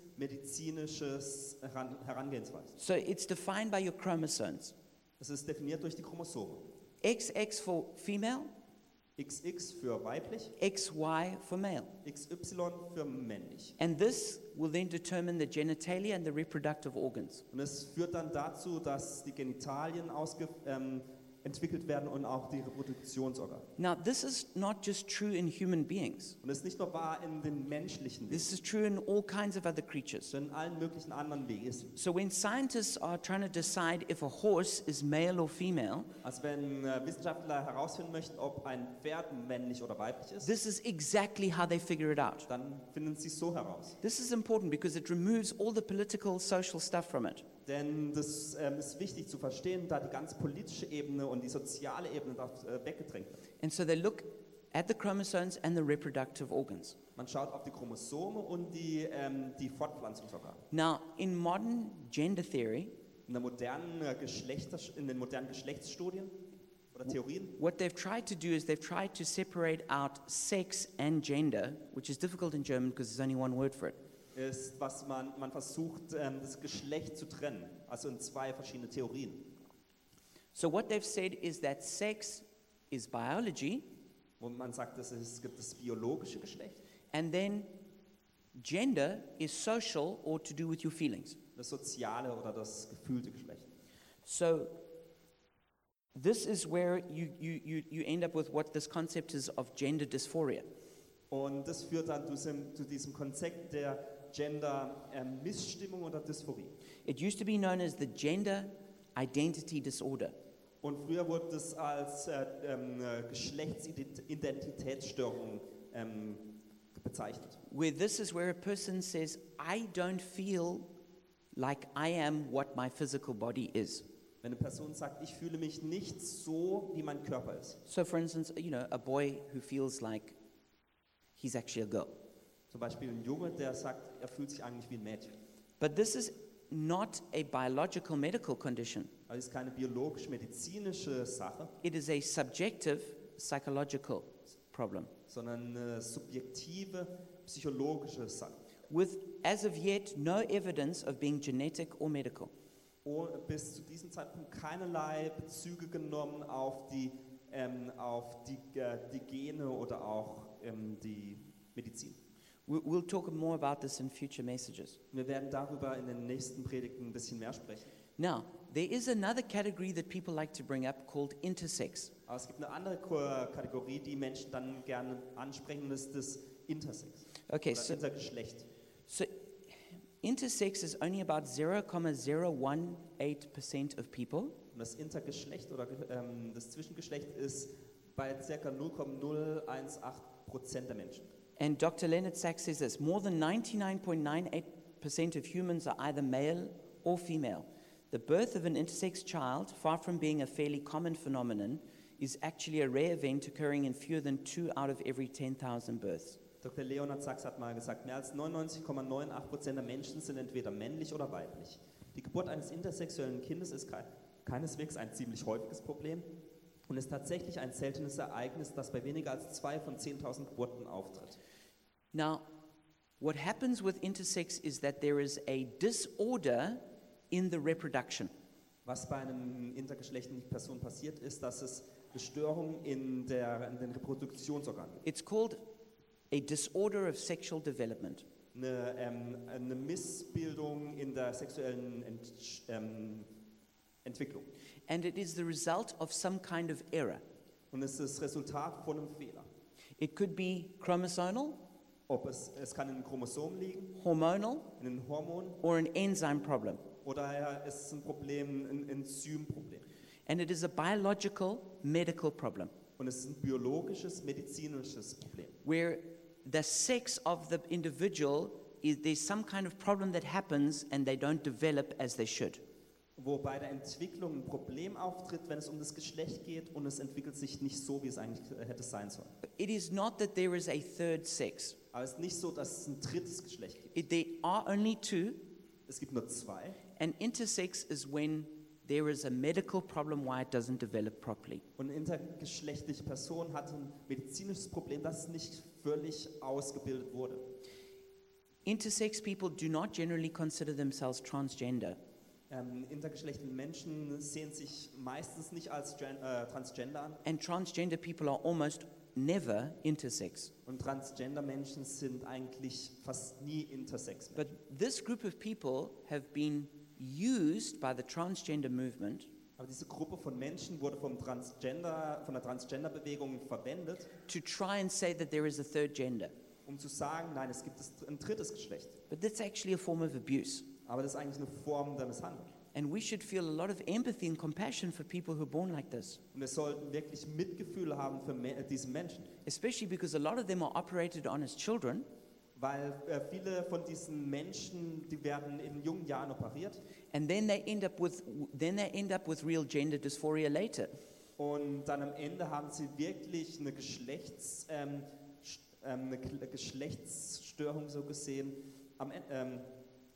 medizinisches Heran- Herangehensweise. So it's defined by your chromosomes. Es ist definiert durch die Chromosomen. XX for female, XX für weiblich, XY for male. XY für männlich. And this will then determine the genitalia and the reproductive organs. Und es führt dann dazu, dass die Genitalien ausge ähm, entwickelt werden und auch die Reproduktionsorgane. Now, this is not just true in human beings, Und es ist nicht nur wahr in den menschlichen Wesen, this is true in all kinds of other creatures. sondern in allen möglichen anderen Wesen. So, when scientists are trying to decide if a horse is male or female, Also wenn äh, Wissenschaftler herausfinden möchten, ob ein Pferd männlich oder weiblich ist, this is exactly how they figure it out. dann finden sie es so heraus. This is important because it removes all the political, social stuff from it. Denn das ähm, ist wichtig zu verstehen, da die ganz politische Ebene und die soziale Ebene da, äh, weggedrängt wird. And so they look at the chromosomes and the reproductive organs. Man schaut auf die Chromosome und die, ähm, die Fortpflanzungsorgane. Now, in modern gender theory, In, der modernen, äh, Geschlechter, in den modernen Geschlechtsstudien oder Theorien what they've tried to do is they've tried to separate out sex and gender, which is difficult in German because there's only one word for it. ist, was man, man versucht, ähm, das Geschlecht zu trennen. Also in zwei verschiedene Theorien. So, what they've said is that sex is biology, Wo man sagt, es, ist, es gibt das biologische Geschlecht, and then gender is social or to do with your feelings. das soziale oder das gefühlte Geschlecht. So, this is where you, you, you, you end up with what this concept is of gender dysphoria. Und das führt dann zu, diesem- zu diesem Konzept der Gender-Missstimmung oder Dysphorie. It used to be known as the gender identity disorder. Und früher wurde das als äh, ähm, äh, Geschlechtsidentitätsstörung ähm, bezeichnet. where this is where a person says, I don't feel like I am what my physical body is. Wenn eine Person sagt, ich fühle mich nicht so, wie mein Körper ist. So, for instance, you know, a boy who feels like he's actually a girl. Zum Beispiel ein Junge, der sagt, er fühlt sich eigentlich wie ein Mädchen. But this is not a biological medical condition, Also es ist keine biologisch-medizinische Sache, it is a subjective psychological problem. sondern eine subjektive, psychologische Sache. With, as of yet, no evidence of being genetic or medical. Und Oh, bis zu diesem Zeitpunkt keinerlei Bezüge genommen auf die, ähm, auf die, äh, die Gene oder auch ähm, die Medizin. We- We'll talk more about this in future messages. Wir werden darüber in den nächsten Predigten ein bisschen mehr sprechen. Now, there is another category that people like to bring up called intersex. Aber es gibt eine andere Ko- Kategorie, die Menschen dann gerne ansprechen, das ist das Intersex. Okay, oder so, Intergeschlecht. so intersex is only about 0,018% of people, Und das Intergeschlecht oder ähm, das Zwischengeschlecht ist bei ca. 0,018 Prozent der Menschen. and Dr. Leonard Sachs says this more than 99.98% of humans are either male or female. The birth of an intersex child, far from being a fairly common phenomenon, is actually a rare event occurring in fewer than two out of every 10,000 births. Dr. Leonard Sachs hat mal gesagt, mehr als 99,98 Prozent der Menschen sind entweder männlich oder weiblich. Die Geburt eines intersexuellen Kindes ist kei- keineswegs ein ziemlich häufiges Problem und ist tatsächlich ein seltenes Ereignis, das bei weniger als zwei von 10.000 Geburten auftritt. Now, what happens with intersex is that there is a disorder in the reproduction. Was bei einem intergeschlechtlichen Person passiert, ist, dass es eine Störung in, der, in den Reproduktionsorganen gibt. It's called a disorder of sexual development. Eine, ähm, eine Missbildung in der sexuellen Ent ähm, Entwicklung. And it is the result of some kind of error. Und es ist das Resultat von einem Fehler. It could be chromosomal, Ob es, es kann in den Chromosomen liegen, hormonal, in den Hormonen or an enzyme problem. oder es ist ein Problem, ein Enzymproblem. And it is a biological medical problem Und es ist ein biologisches, medizinisches Problem, where the sex of the individual is there's some kind of problem that happens and they don't develop as they should. wo bei der Entwicklung ein Problem auftritt, wenn es um das Geschlecht geht und es entwickelt sich nicht so, wie es eigentlich äh, hätte sein sollen. It is not that there is a third sex. Aber es ist nicht so, dass es ein drittes Geschlecht gibt. It, there are only two, Es gibt nur zwei and intersex is when there is a medical problem why it doesn't develop properly. Und intergeschlechtliche Personen hatten ein medizinisches Problem, das nicht völlig ausgebildet wurde. Intersex people do not generally consider themselves transgender. Ähm, intergeschlechtliche Menschen sehen sich meistens nicht als Gen äh, Transgender an And transgender people are almost never intersex. und Transgender Menschen sind eigentlich fast nie intersex. But this group of people have been used by the transgender movement Aber diese Gruppe von Menschen wurde vom Transgender, von der Transgender-Bewegung verwendet, to try and say that there is a third gender. um zu sagen, nein, es gibt es- ein drittes Geschlecht. But that's actually a form of abuse. Aber das ist eigentlich eine Form der Misshandlung. And we should feel a lot of empathy and compassion for people who are born like this, Und wir sollten wirklich Mitgefühl haben für me- diese Menschen. especially because a lot of them are operated on as children Weil äh, viele von diesen Menschen, die werden in jungen Jahren operiert and then they end up with then they end up with real gender dysphoria later. und dann am Ende haben sie wirklich eine, Geschlechts, ähm, sch- ähm, eine Kle- Geschlechtsstörung so gesehen. Am Ende, ähm,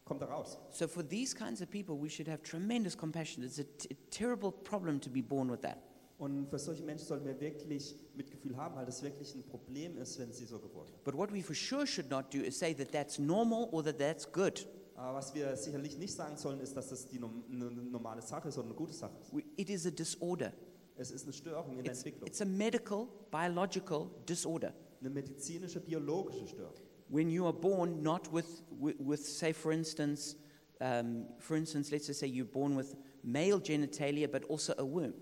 kommt da raus. So for these kinds of people we should have tremendous compassion. It's a t- terrible problem to be born with that. Und für solche Menschen sollten wir wirklich Mitgefühl haben, weil das wirklich ein Problem ist, wenn sie so geboren werden. But what we for sure should not do is say that that's normal or that that's good. Aber was wir sicherlich nicht sagen sollen, ist, dass das die nom- eine normale Sache ist oder eine gute Sache ist. We- It is a disorder. Es ist eine Störung in der It's, Entwicklung. it's a medical, biological disorder. Eine medizinische, biologische Störung. When you are born not with, with, with say, for instance, um, for instance, let's just say you're born with male genitalia, but also a womb.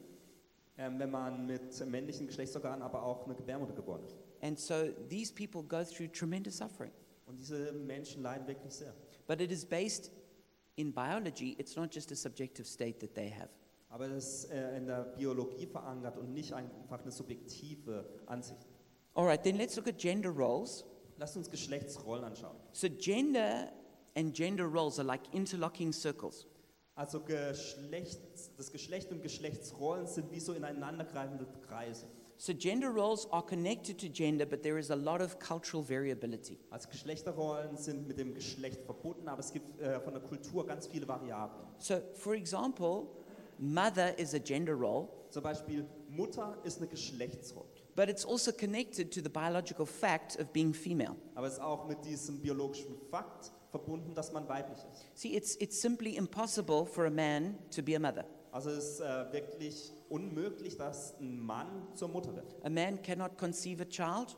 Ähm, wenn man mit männlichen Geschlechtsorganen aber auch eine Gebärmutter geboren ist. And so these people go through tremendous suffering. Und diese Menschen leiden wirklich sehr. But it is based in biology, it's not just a subjective state that they have. Aber das ist äh, in der Biologie verankert und nicht einfach eine subjektive Ansicht. All right, then let's look at gender roles. Lasst uns Geschlechtsrollen anschauen. So, gender and gender roles are like interlocking circles. Also Geschlecht, das Geschlecht und Geschlechtsrollen sind wie so ineinandergreifende Kreise. So, gender roles are connected to gender, but there is a lot of cultural variability. Also Geschlechterrollen sind mit dem Geschlecht verbunden, aber es gibt äh, von der Kultur ganz viele Variablen. So, for example, mother is a gender role, Zum Beispiel Mutter ist eine Geschlechtsrolle, but it's also connected to the biological fact of being female. aber es ist auch mit diesem biologischen Fakt verbunden, dass man weiblich ist. See, it's, it's simply impossible for a man to be a mother. Also es ist äh, wirklich unmöglich, dass ein Mann zur Mutter wird. A man cannot conceive a child,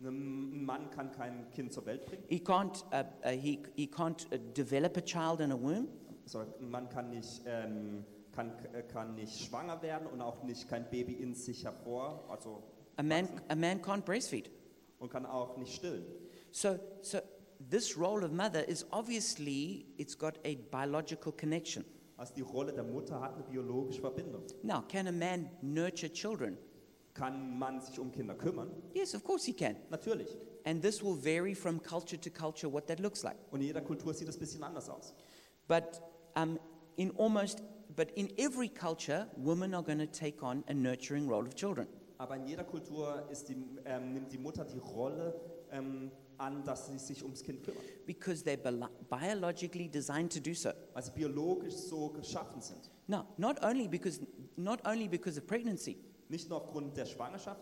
Ein Mann kann kein Kind zur Welt bringen. he can't, uh, uh, he, he can't uh, develop a child in a womb, Sorry, also ein Mann kann nicht, ähm, kann, äh, kann nicht schwanger werden und auch nicht kein Baby in sich hervor, also a man, a man can't breastfeed. und kann auch nicht stillen. So, so this role of mother is obviously it's got a biological connection. Also die Rolle der Mutter hat eine biologische Verbindung. Now, can a man nurture children? Kann man sich um Kinder kümmern? Yes, of course he can. Natürlich. And this will vary from culture to culture what that looks like. Und in jeder Kultur sieht das ein bisschen anders aus. But um, in almost, but in every culture, women are going to take on a nurturing role of children. Aber in jeder Kultur ist die, ähm, nimmt die Mutter die Rolle ähm, an, dass sie sich ums Kind kümmert. because they're bi- biologically designed to do so. weil sie Also biologisch so geschaffen sind. Now, not only because not only because of pregnancy, Nicht nur aufgrund der Schwangerschaft,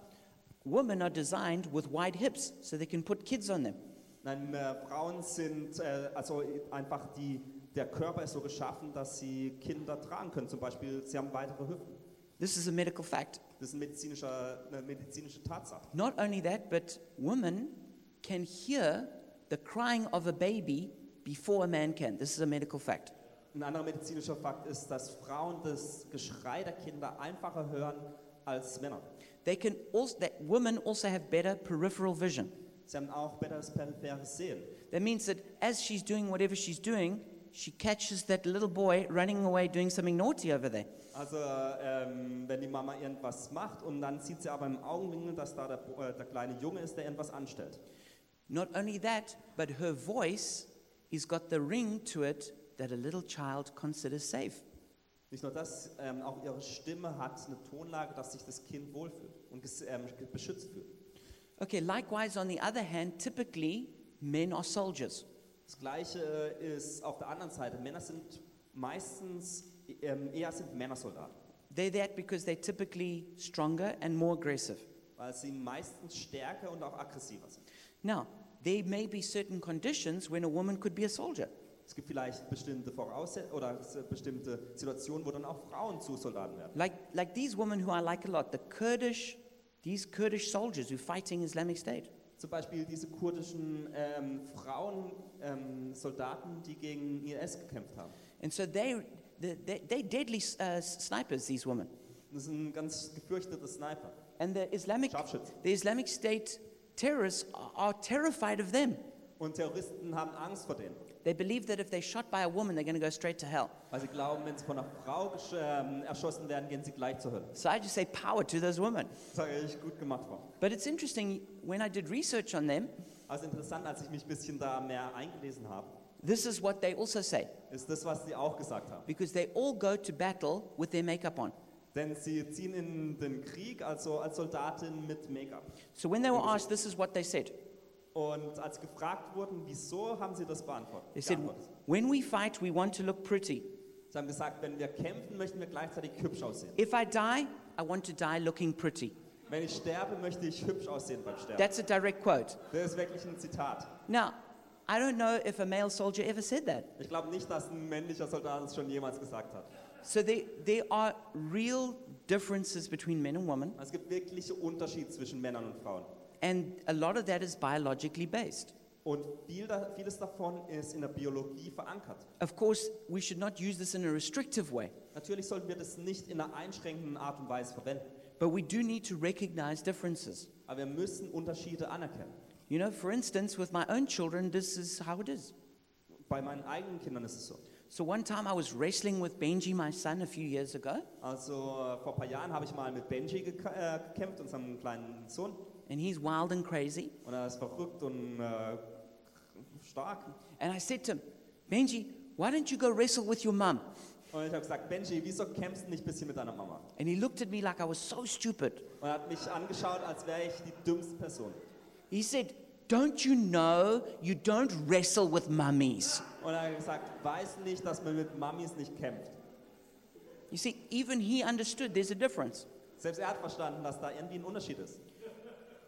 women are designed with wide hips so they can put kids on them. nein, äh, Frauen sind, äh, also einfach die, der Körper ist so geschaffen, dass sie Kinder tragen können. Zum Beispiel, sie haben weitere Hüften. This is a medical fact. Das ist ein medizinischer, eine medizinische Tatsache. Not only that, but women can hear the crying of a baby before a man can. This is a medical fact. Ein anderer medizinischer Fakt ist, dass Frauen das Geschrei der Kinder einfacher hören als Männer. They can also that women also have better peripheral vision. Sie haben auch besseres peripheres Sehen. That means that as she's doing whatever she's doing, she catches that little boy running away doing something naughty over there. Also ähm, wenn die Mama irgendwas macht und dann sieht sie aber im Augenwinkel, dass da der, Bo- äh, der kleine Junge ist, der irgendwas anstellt. Not only that, but her voice has got the ring to it that a little child considers safe. Nicht nur das, ähm, auch ihre Stimme hat eine Tonlage, dass sich das Kind wohlfühlt und ges- ähm, ge- beschützt fühlt. Okay, likewise, on the other hand, typically men are soldiers. Das gleiche äh, ist auf der anderen Seite. Männer sind meistens ähm, eher sind Männersoldaten, They're that because they're typically stronger and more aggressive. weil sie meistens stärker und auch aggressiver sind. Now, there may be certain conditions when a woman could be a soldier. Es gibt vielleicht bestimmte Voraussetzungen oder s- bestimmte Situationen, wo dann auch Frauen zu Soldaten werden. Like, like these women who I like a lot, the Kurdish, these Kurdish soldiers who fighting Islamic State. Zum Beispiel diese kurdischen ähm, Frauen, ähm, Soldaten, die gegen IS gekämpft haben. And so they, the- they, they deadly uh, snipers, these women. Das sind ganz gefürchtete Sniper, And the Islamic, Scharfschützen. the Islamic State terrorists are, are terrified of them. Und Terroristen haben Angst vor denen, They believe that if they're shot by a woman, they're going to go straight to hell. weil sie glauben, wenn sie von einer Frau gesch- ähm, erschossen werden, gehen sie gleich zur Hölle. So I just say power to those women. Das sage ich gut gemacht war. But it's interesting, when I did research on them, Also interessant, als ich mich ein bisschen da mehr eingelesen habe, this is what they also say. ist das, was sie auch gesagt haben. Because they all go to battle with their makeup on. Denn Denn sie ziehen in den Krieg, also als Soldatin mit Make-up. So when they were asked, this is what they said. Und als gefragt wurden, wieso, haben sie das beantwortet. They said, geantwortet. when we fight, we want to look pretty. Sie haben gesagt, wenn wir kämpfen, möchten wir gleichzeitig hübsch aussehen. If I die, I want to die looking pretty. Wenn ich sterbe, möchte ich hübsch aussehen beim Sterben. That's a direct quote. Das ist wirklich ein Zitat. Now, I don't know if a male soldier ever said that. Ich glaube nicht, dass ein männlicher Soldat es schon jemals gesagt hat. So there, there are real differences between men and women, Es gibt wirkliche Unterschiede zwischen Männern und Frauen. and a lot of that is biologically based. Und viel da, vieles davon ist in der Biologie verankert. Of course, we should not use this in a restrictive way, Natürlich sollten wir das nicht in einer einschränkenden Art und Weise verwenden. but we do need to recognize differences. Aber wir müssen Unterschiede anerkennen. You know, for instance, with my own children, this is how it is. Bei meinen eigenen Kindern ist es so. So one time I was wrestling with Benji, my son, a few years ago, Also äh, vor ein paar Jahren habe ich mal mit Benji gek äh, gekämpft, unserem kleinen Sohn. and he's wild and crazy. Und er ist verrückt und äh, stark. And I said to him, Benji, why don't you go wrestle with your mum? Und ich habe gesagt, Benji, wieso kämpfst du nicht ein bisschen mit deiner Mama? And he looked at me like I was so stupid. Und er hat mich angeschaut, als wäre ich die dümmste Person. He said, Don't you know you don't wrestle with mummies? Und er hat gesagt, weiß nicht, dass man mit Mamis nicht kämpft. You see, even he understood there's a difference. Selbst er hat verstanden, dass da irgendwie ein Unterschied ist.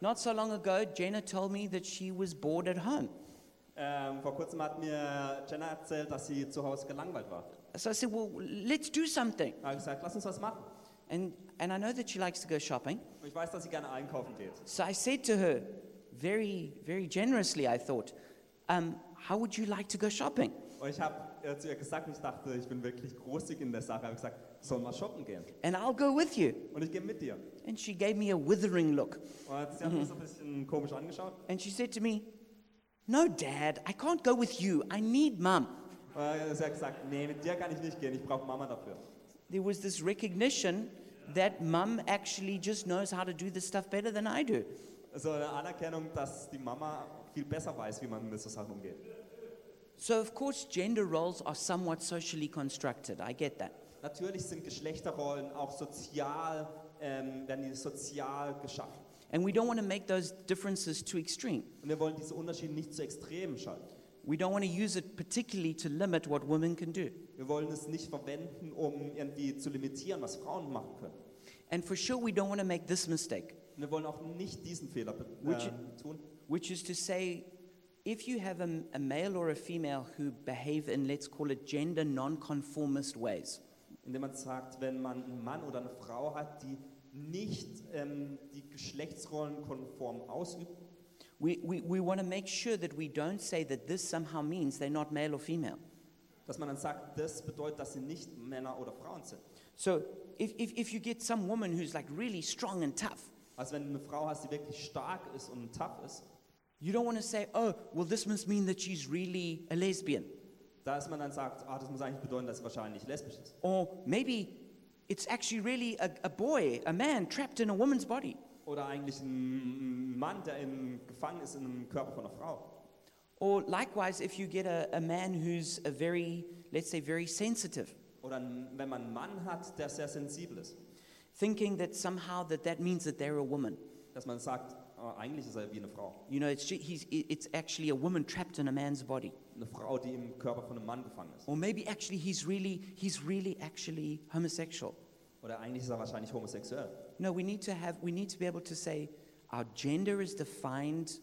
Not so long ago, Jenna told me that she was bored at home. Ähm, vor kurzem hat mir Jenna erzählt, dass sie zu Hause gelangweilt war. So I said, Well, let's do something. Da habe ich gesagt, lass uns was machen. And, and I know that she likes to go shopping. Und ich weiß, dass sie gerne einkaufen geht. So I said to her, very, very generously, I thought, um, How would you like to go shopping? Und ich habe äh, zu ihr gesagt, und ich dachte, ich bin wirklich großzügig in der Sache. Ich habe gesagt, sollen wir shoppen gehen? And I'll go with you. Und ich gehe mit dir. Und And she gave me a withering look. sie hat mich so ein bisschen komisch angeschaut. And she said to me, No, Dad, I can't go with you. I need Mum. Und äh, sie hat gesagt, nee, mit dir kann ich nicht gehen, ich brauche Mama dafür. There was this recognition that Mum actually just knows how to do this stuff better than I do. So eine Anerkennung, dass die Mama viel besser weiß, wie man mit so Sachen umgeht. So, of course, gender roles are somewhat socially constructed. I get that. Natürlich sind Geschlechterrollen auch sozial, ähm, werden die sozial geschaffen. And we don't want to make those differences too extreme. Und wir wollen diese Unterschiede nicht zu extrem schalten. We don't want to use it particularly to limit what women can do. Wir wollen es nicht verwenden, um irgendwie zu limitieren, was Frauen machen können. And for sure, we don't want to make this mistake, Und wir wollen auch nicht diesen Fehler be- Which- äh, tun. which is to say, if you have a, a male or a female who behave in, let's call it, gender nonconformist ways, indem man sagt, wenn man einen Mann oder eine Frau hat, die nicht ähm, die Geschlechtsrollen konform ausübt, we, we, we want to make sure that we don't say that this somehow means they're not male or female. dass man dann sagt, das bedeutet, dass sie nicht Männer oder Frauen sind. So if, if, if you get some woman who's like really strong and tough, Also wenn du eine Frau hast, die wirklich stark ist und tough ist, you don't want to say, oh, well, this must mean that she's really a lesbian. da ist man dann sagt, ah, das muss eigentlich bedeuten, dass sie wahrscheinlich lesbisch ist. Or maybe it's actually really a, a boy, a man trapped in a woman's body. Oder eigentlich ein Mann, der in, gefangen ist in einem Körper von einer Frau. Or likewise, if you get a, a man who's a very, let's say, very sensitive, Oder ein- wenn man einen Mann hat, der sehr sensibel ist, thinking that somehow that that means that they're a woman. dass man sagt, ah, eigentlich ist er wie eine Frau. You know, it's, ju- he's, it- it's actually a woman trapped in a man's body. eine Frau, die im Körper von einem Mann gefangen ist. Or maybe actually he's really, he's really actually homosexual. Oder eigentlich ist er wahrscheinlich homosexuell. No, we need to have, we need to be able to say our gender is defined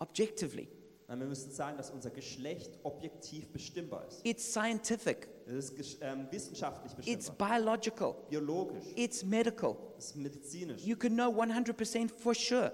objectively. Nein, wir müssen sagen, dass unser Geschlecht objektiv bestimmbar ist. It's scientific, Es ist gesch- ähm, wissenschaftlich it's bestimmbar, biological, biologisch, it's medical. es ist medizinisch. You can know 100% for sure.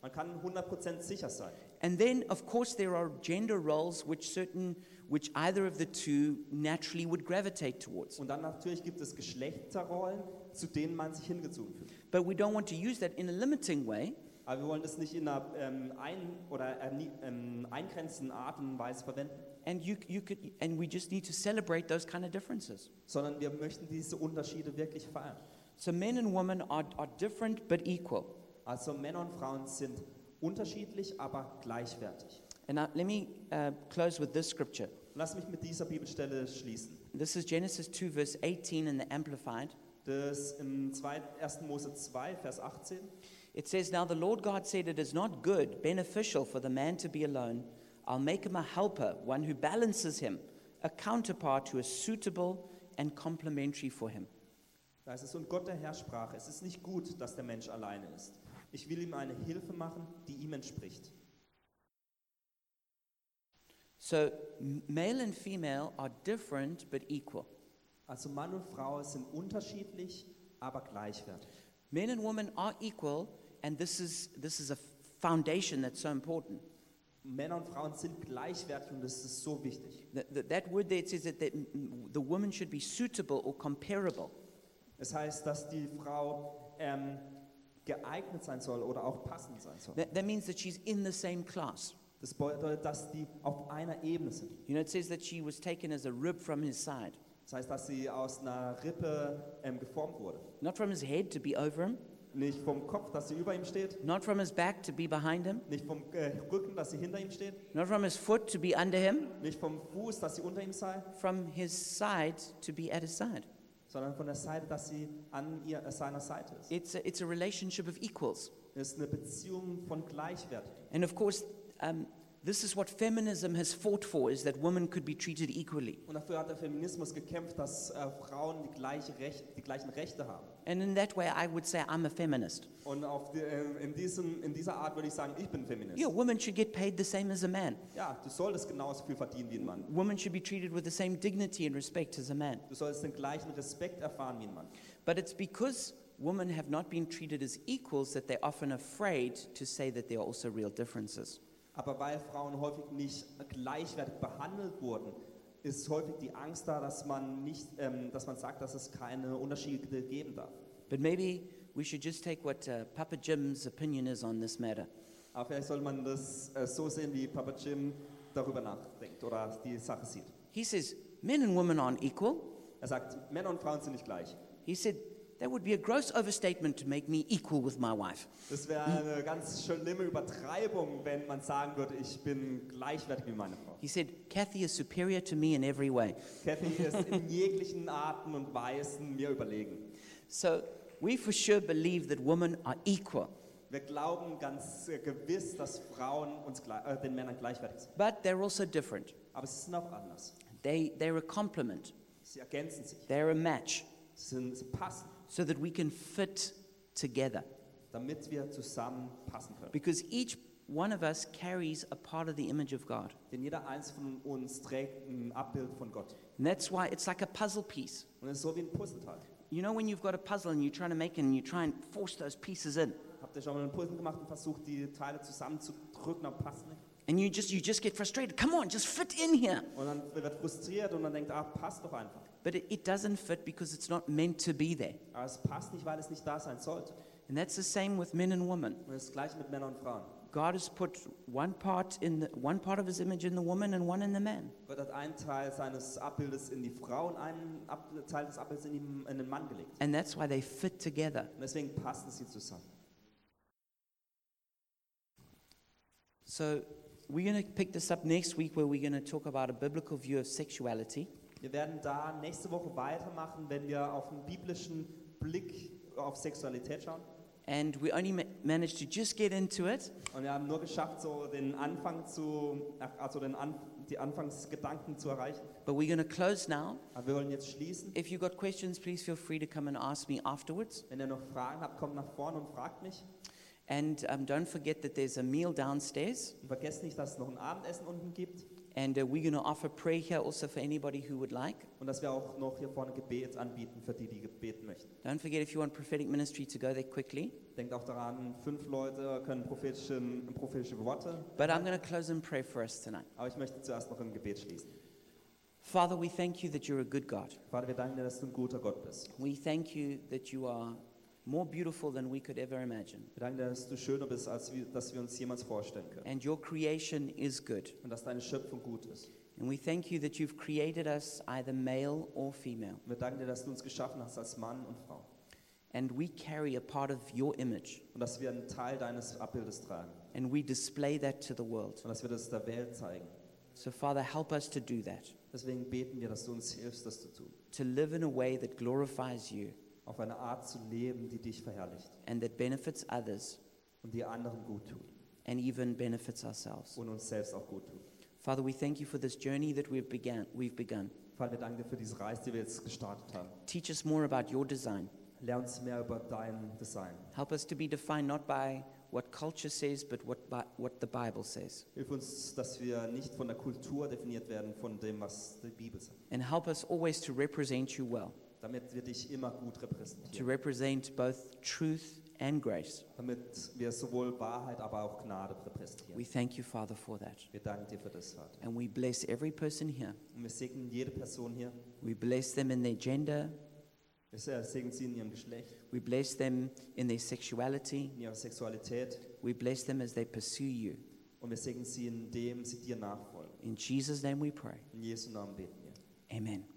Man kann 100% sicher sein. And then, of course, there are gender roles which certain, which either of the two naturally would gravitate towards. Und dann natürlich gibt es Geschlechterrollen, zu denen man sich hingezogen fühlt. But we don't want to use that in a limiting way. Aber wir wollen das nicht in einer ähm, ein oder ernie- ähm, eingrenzenden Art und Weise verwenden, And you, you could, and we just need to celebrate those kind of differences. sondern wir möchten diese Unterschiede wirklich feiern. So men and women are, are different but equal. Also Männer und Frauen sind unterschiedlich, aber gleichwertig. And now, let me uh, close with this scripture. Lass mich mit dieser Bibelstelle schließen. This is Genesis 2, verse 18 in the Amplified. Das im 2, 1. Mose 2, Vers 18. It says, Now the Lord God said, It is not good, beneficial for the man to be alone. I'll make him a helper, one who balances him, a counterpart who is suitable and complementary for him. Da ist es, und Gott der Herr sprach, es ist nicht gut, dass der Mensch alleine ist. Ich will ihm eine Hilfe machen, die ihm entspricht. So m- male and female are different but equal. Also Mann und Frau sind unterschiedlich, aber gleichwertig. Men and women are equal, and this is, this is a foundation that's so important. Männer und Frauen sind gleichwertig und das ist so wichtig. That, that, that word there it says that, that m- the woman should be suitable or comparable. Das heißt, dass die Frau ähm, geeignet sein soll oder auch passend sein soll. That, that means that she's in the same class. Das bedeutet, dass die auf einer Ebene sind. You know, it says that she was taken as a rib from his side. Das heißt, dass sie aus einer Rippe ähm, geformt wurde. Not from his head to be over him, Nicht vom Kopf, dass sie über ihm steht. not from his back to be behind him, Nicht vom äh, Rücken, dass sie hinter ihm steht. not from his foot to be under him, Nicht vom Fuß, dass sie unter ihm sei. from his side to be at his side. Sondern von der Seite, dass sie an ihr, äh, seiner Seite ist. It's a, it's a relationship of equals. Es ist eine Beziehung von Gleichwertigen. And of course, um, this is what feminism has fought for is that women could be treated equally. Und dafür hat der Feminismus gekämpft, dass äh, Frauen die, gleiche Recht, die gleichen Rechte haben. And in that way, I would say I'm a feminist. Und auf die, ähm, in, diesem, in dieser Art würde ich sagen, ich bin Feminist. Yeah, women should get paid the same as a man. Ja, du solltest genauso viel verdienen wie ein Mann. Women should be treated with the same dignity and respect as a man. Du solltest den gleichen Respekt erfahren wie ein Mann. But it's because women have not been treated as equals that they're often afraid to say that there are also real differences. Aber weil Frauen häufig nicht gleichwertig behandelt wurden, ist häufig die Angst da, dass man, nicht, ähm, dass man sagt, dass es keine Unterschiede geben darf. But maybe we should just take what uh, Papa Jim's opinion is on this matter. Aber vielleicht sollte man das äh, so sehen, wie Papa Jim darüber nachdenkt oder die Sache sieht. He says men and women aren't equal. Er sagt, Männer und Frauen sind nicht gleich. He said that would be a gross overstatement to make me equal with my wife. Das wäre eine ganz schlimme Übertreibung, wenn man sagen würde, ich bin gleichwertig wie meine Frau. He said Kathy is superior to me in every way. Kathy ist in jeglichen Arten und Weisen mir überlegen. So we for sure believe that women are equal, Wir glauben ganz äh, gewiss, dass Frauen uns gleich, äh, den Männern gleichwertig sind. but they're also different. Aber sie sind auch anders. They, they're a complement, Sie ergänzen sich. they're a match, Sie, sind, sie passen, so that we can fit together. damit wir zusammen passen können. Because each one of us carries a part of the image of God. Denn jeder eins von uns trägt ein Abbild von Gott. And that's why it's like a puzzle piece. Und es ist so wie ein Puzzleteil. You know, when you've got a puzzle and you're trying to make it and you try and force those pieces in, Habt ihr schon mal einen Puzzle gemacht und versucht, die Teile zusammenzudrücken, aber passen nicht? and you just, you just get frustrated. Come on, just fit in here. Und dann wird frustriert und dann denkt, ah, passt doch einfach. But it, it doesn't fit because it's not meant to be there. Aber es passt nicht, weil es nicht da sein sollte. And that's the same with men and women. Und das gleiche mit Männern und Frauen. God has put one part, in the, one part of his image in the woman and one in the man. Gott hat einen halt Teil seines Abbildes in die Frau und einen Ab Teil des Abbildes in, die, in den Mann gelegt. And that's why they fit together. Und deswegen passen sie zusammen. So we're going to pick this up next week where we're going to talk about a biblical view of sexuality. Wir werden da nächste Woche weitermachen, wenn wir auf einen biblischen Blick auf Sexualität schauen. And we only ma- managed to just get into it. Und wir haben nur geschafft, so den Anfang zu, also den An die Anfangsgedanken zu erreichen. But we're going to close now. Aber wir wollen jetzt schließen. If you've got questions, please feel free to come and ask me afterwards. Wenn ihr noch Fragen habt, kommt nach vorne und fragt mich. And um, don't forget that there's a meal downstairs. Und vergesst nicht, dass es noch ein Abendessen unten gibt And uh, we're going to offer prayer here also for anybody who would like. und dass wir auch noch hier vorne Gebet anbieten für die, die beten möchten. Don't forget if you want prophetic ministry to go there quickly. Denkt auch daran, fünf Leute können prophetische, prophetische Worte. But I'm going to close in prayer for us tonight. Aber ich möchte zuerst noch im Gebet schließen. Father, we thank you that you're a good God. Vater, wir danken dir, dass du ein guter Gott bist. We thank you that you are more beautiful than we could ever imagine. Wir danken dir, dass du schöner bist, als wir, dass wir uns jemals vorstellen können. And your creation is good. Und dass deine Schöpfung gut ist. And we thank you that you've created us either male or female. Und wir danken dir, dass du uns geschaffen hast als Mann und Frau. And we carry a part of your image. Und dass wir einen Teil deines Abbildes tragen. And we display that to the world. Und dass wir das der Welt zeigen. So, Father, help us to do that, Deswegen beten wir, dass du uns hilfst, das zu tun. to live in a way that glorifies you Auf eine Art zu leben, die dich verherrlicht. and that benefits others Und die anderen gut tut. and even benefits ourselves. Und uns selbst auch gut tut. Father, we thank you for this journey that we've, began, we've begun. Vater, wir danken dir für diese Reise, die wir jetzt gestartet haben. Teach us more about your design. Lern uns mehr über dein Design. Help us to be defined not by what culture says, but what, Bi- what the Bible says. Hilf uns, dass wir nicht von der Kultur definiert werden, von dem, was die Bibel sagt. And help us always to represent you well, Damit wir dich immer gut to repräsentieren. represent both truth and grace. Damit wir sowohl Wahrheit, aber auch Gnade repräsentieren. We thank you, Father, for that. Wir danken dir für das, Vater. And we bless every person here. Und wir segnen jede Person hier. We bless them in their gender. Wir segnen sie in ihrem Geschlecht, We bless them in their sexuality. in ihrer Sexualität. We bless them as they pursue you. Und wir segnen sie, indem sie dir nachfolgen. In Jesus' name we pray. In Jesu Namen beten wir. Amen.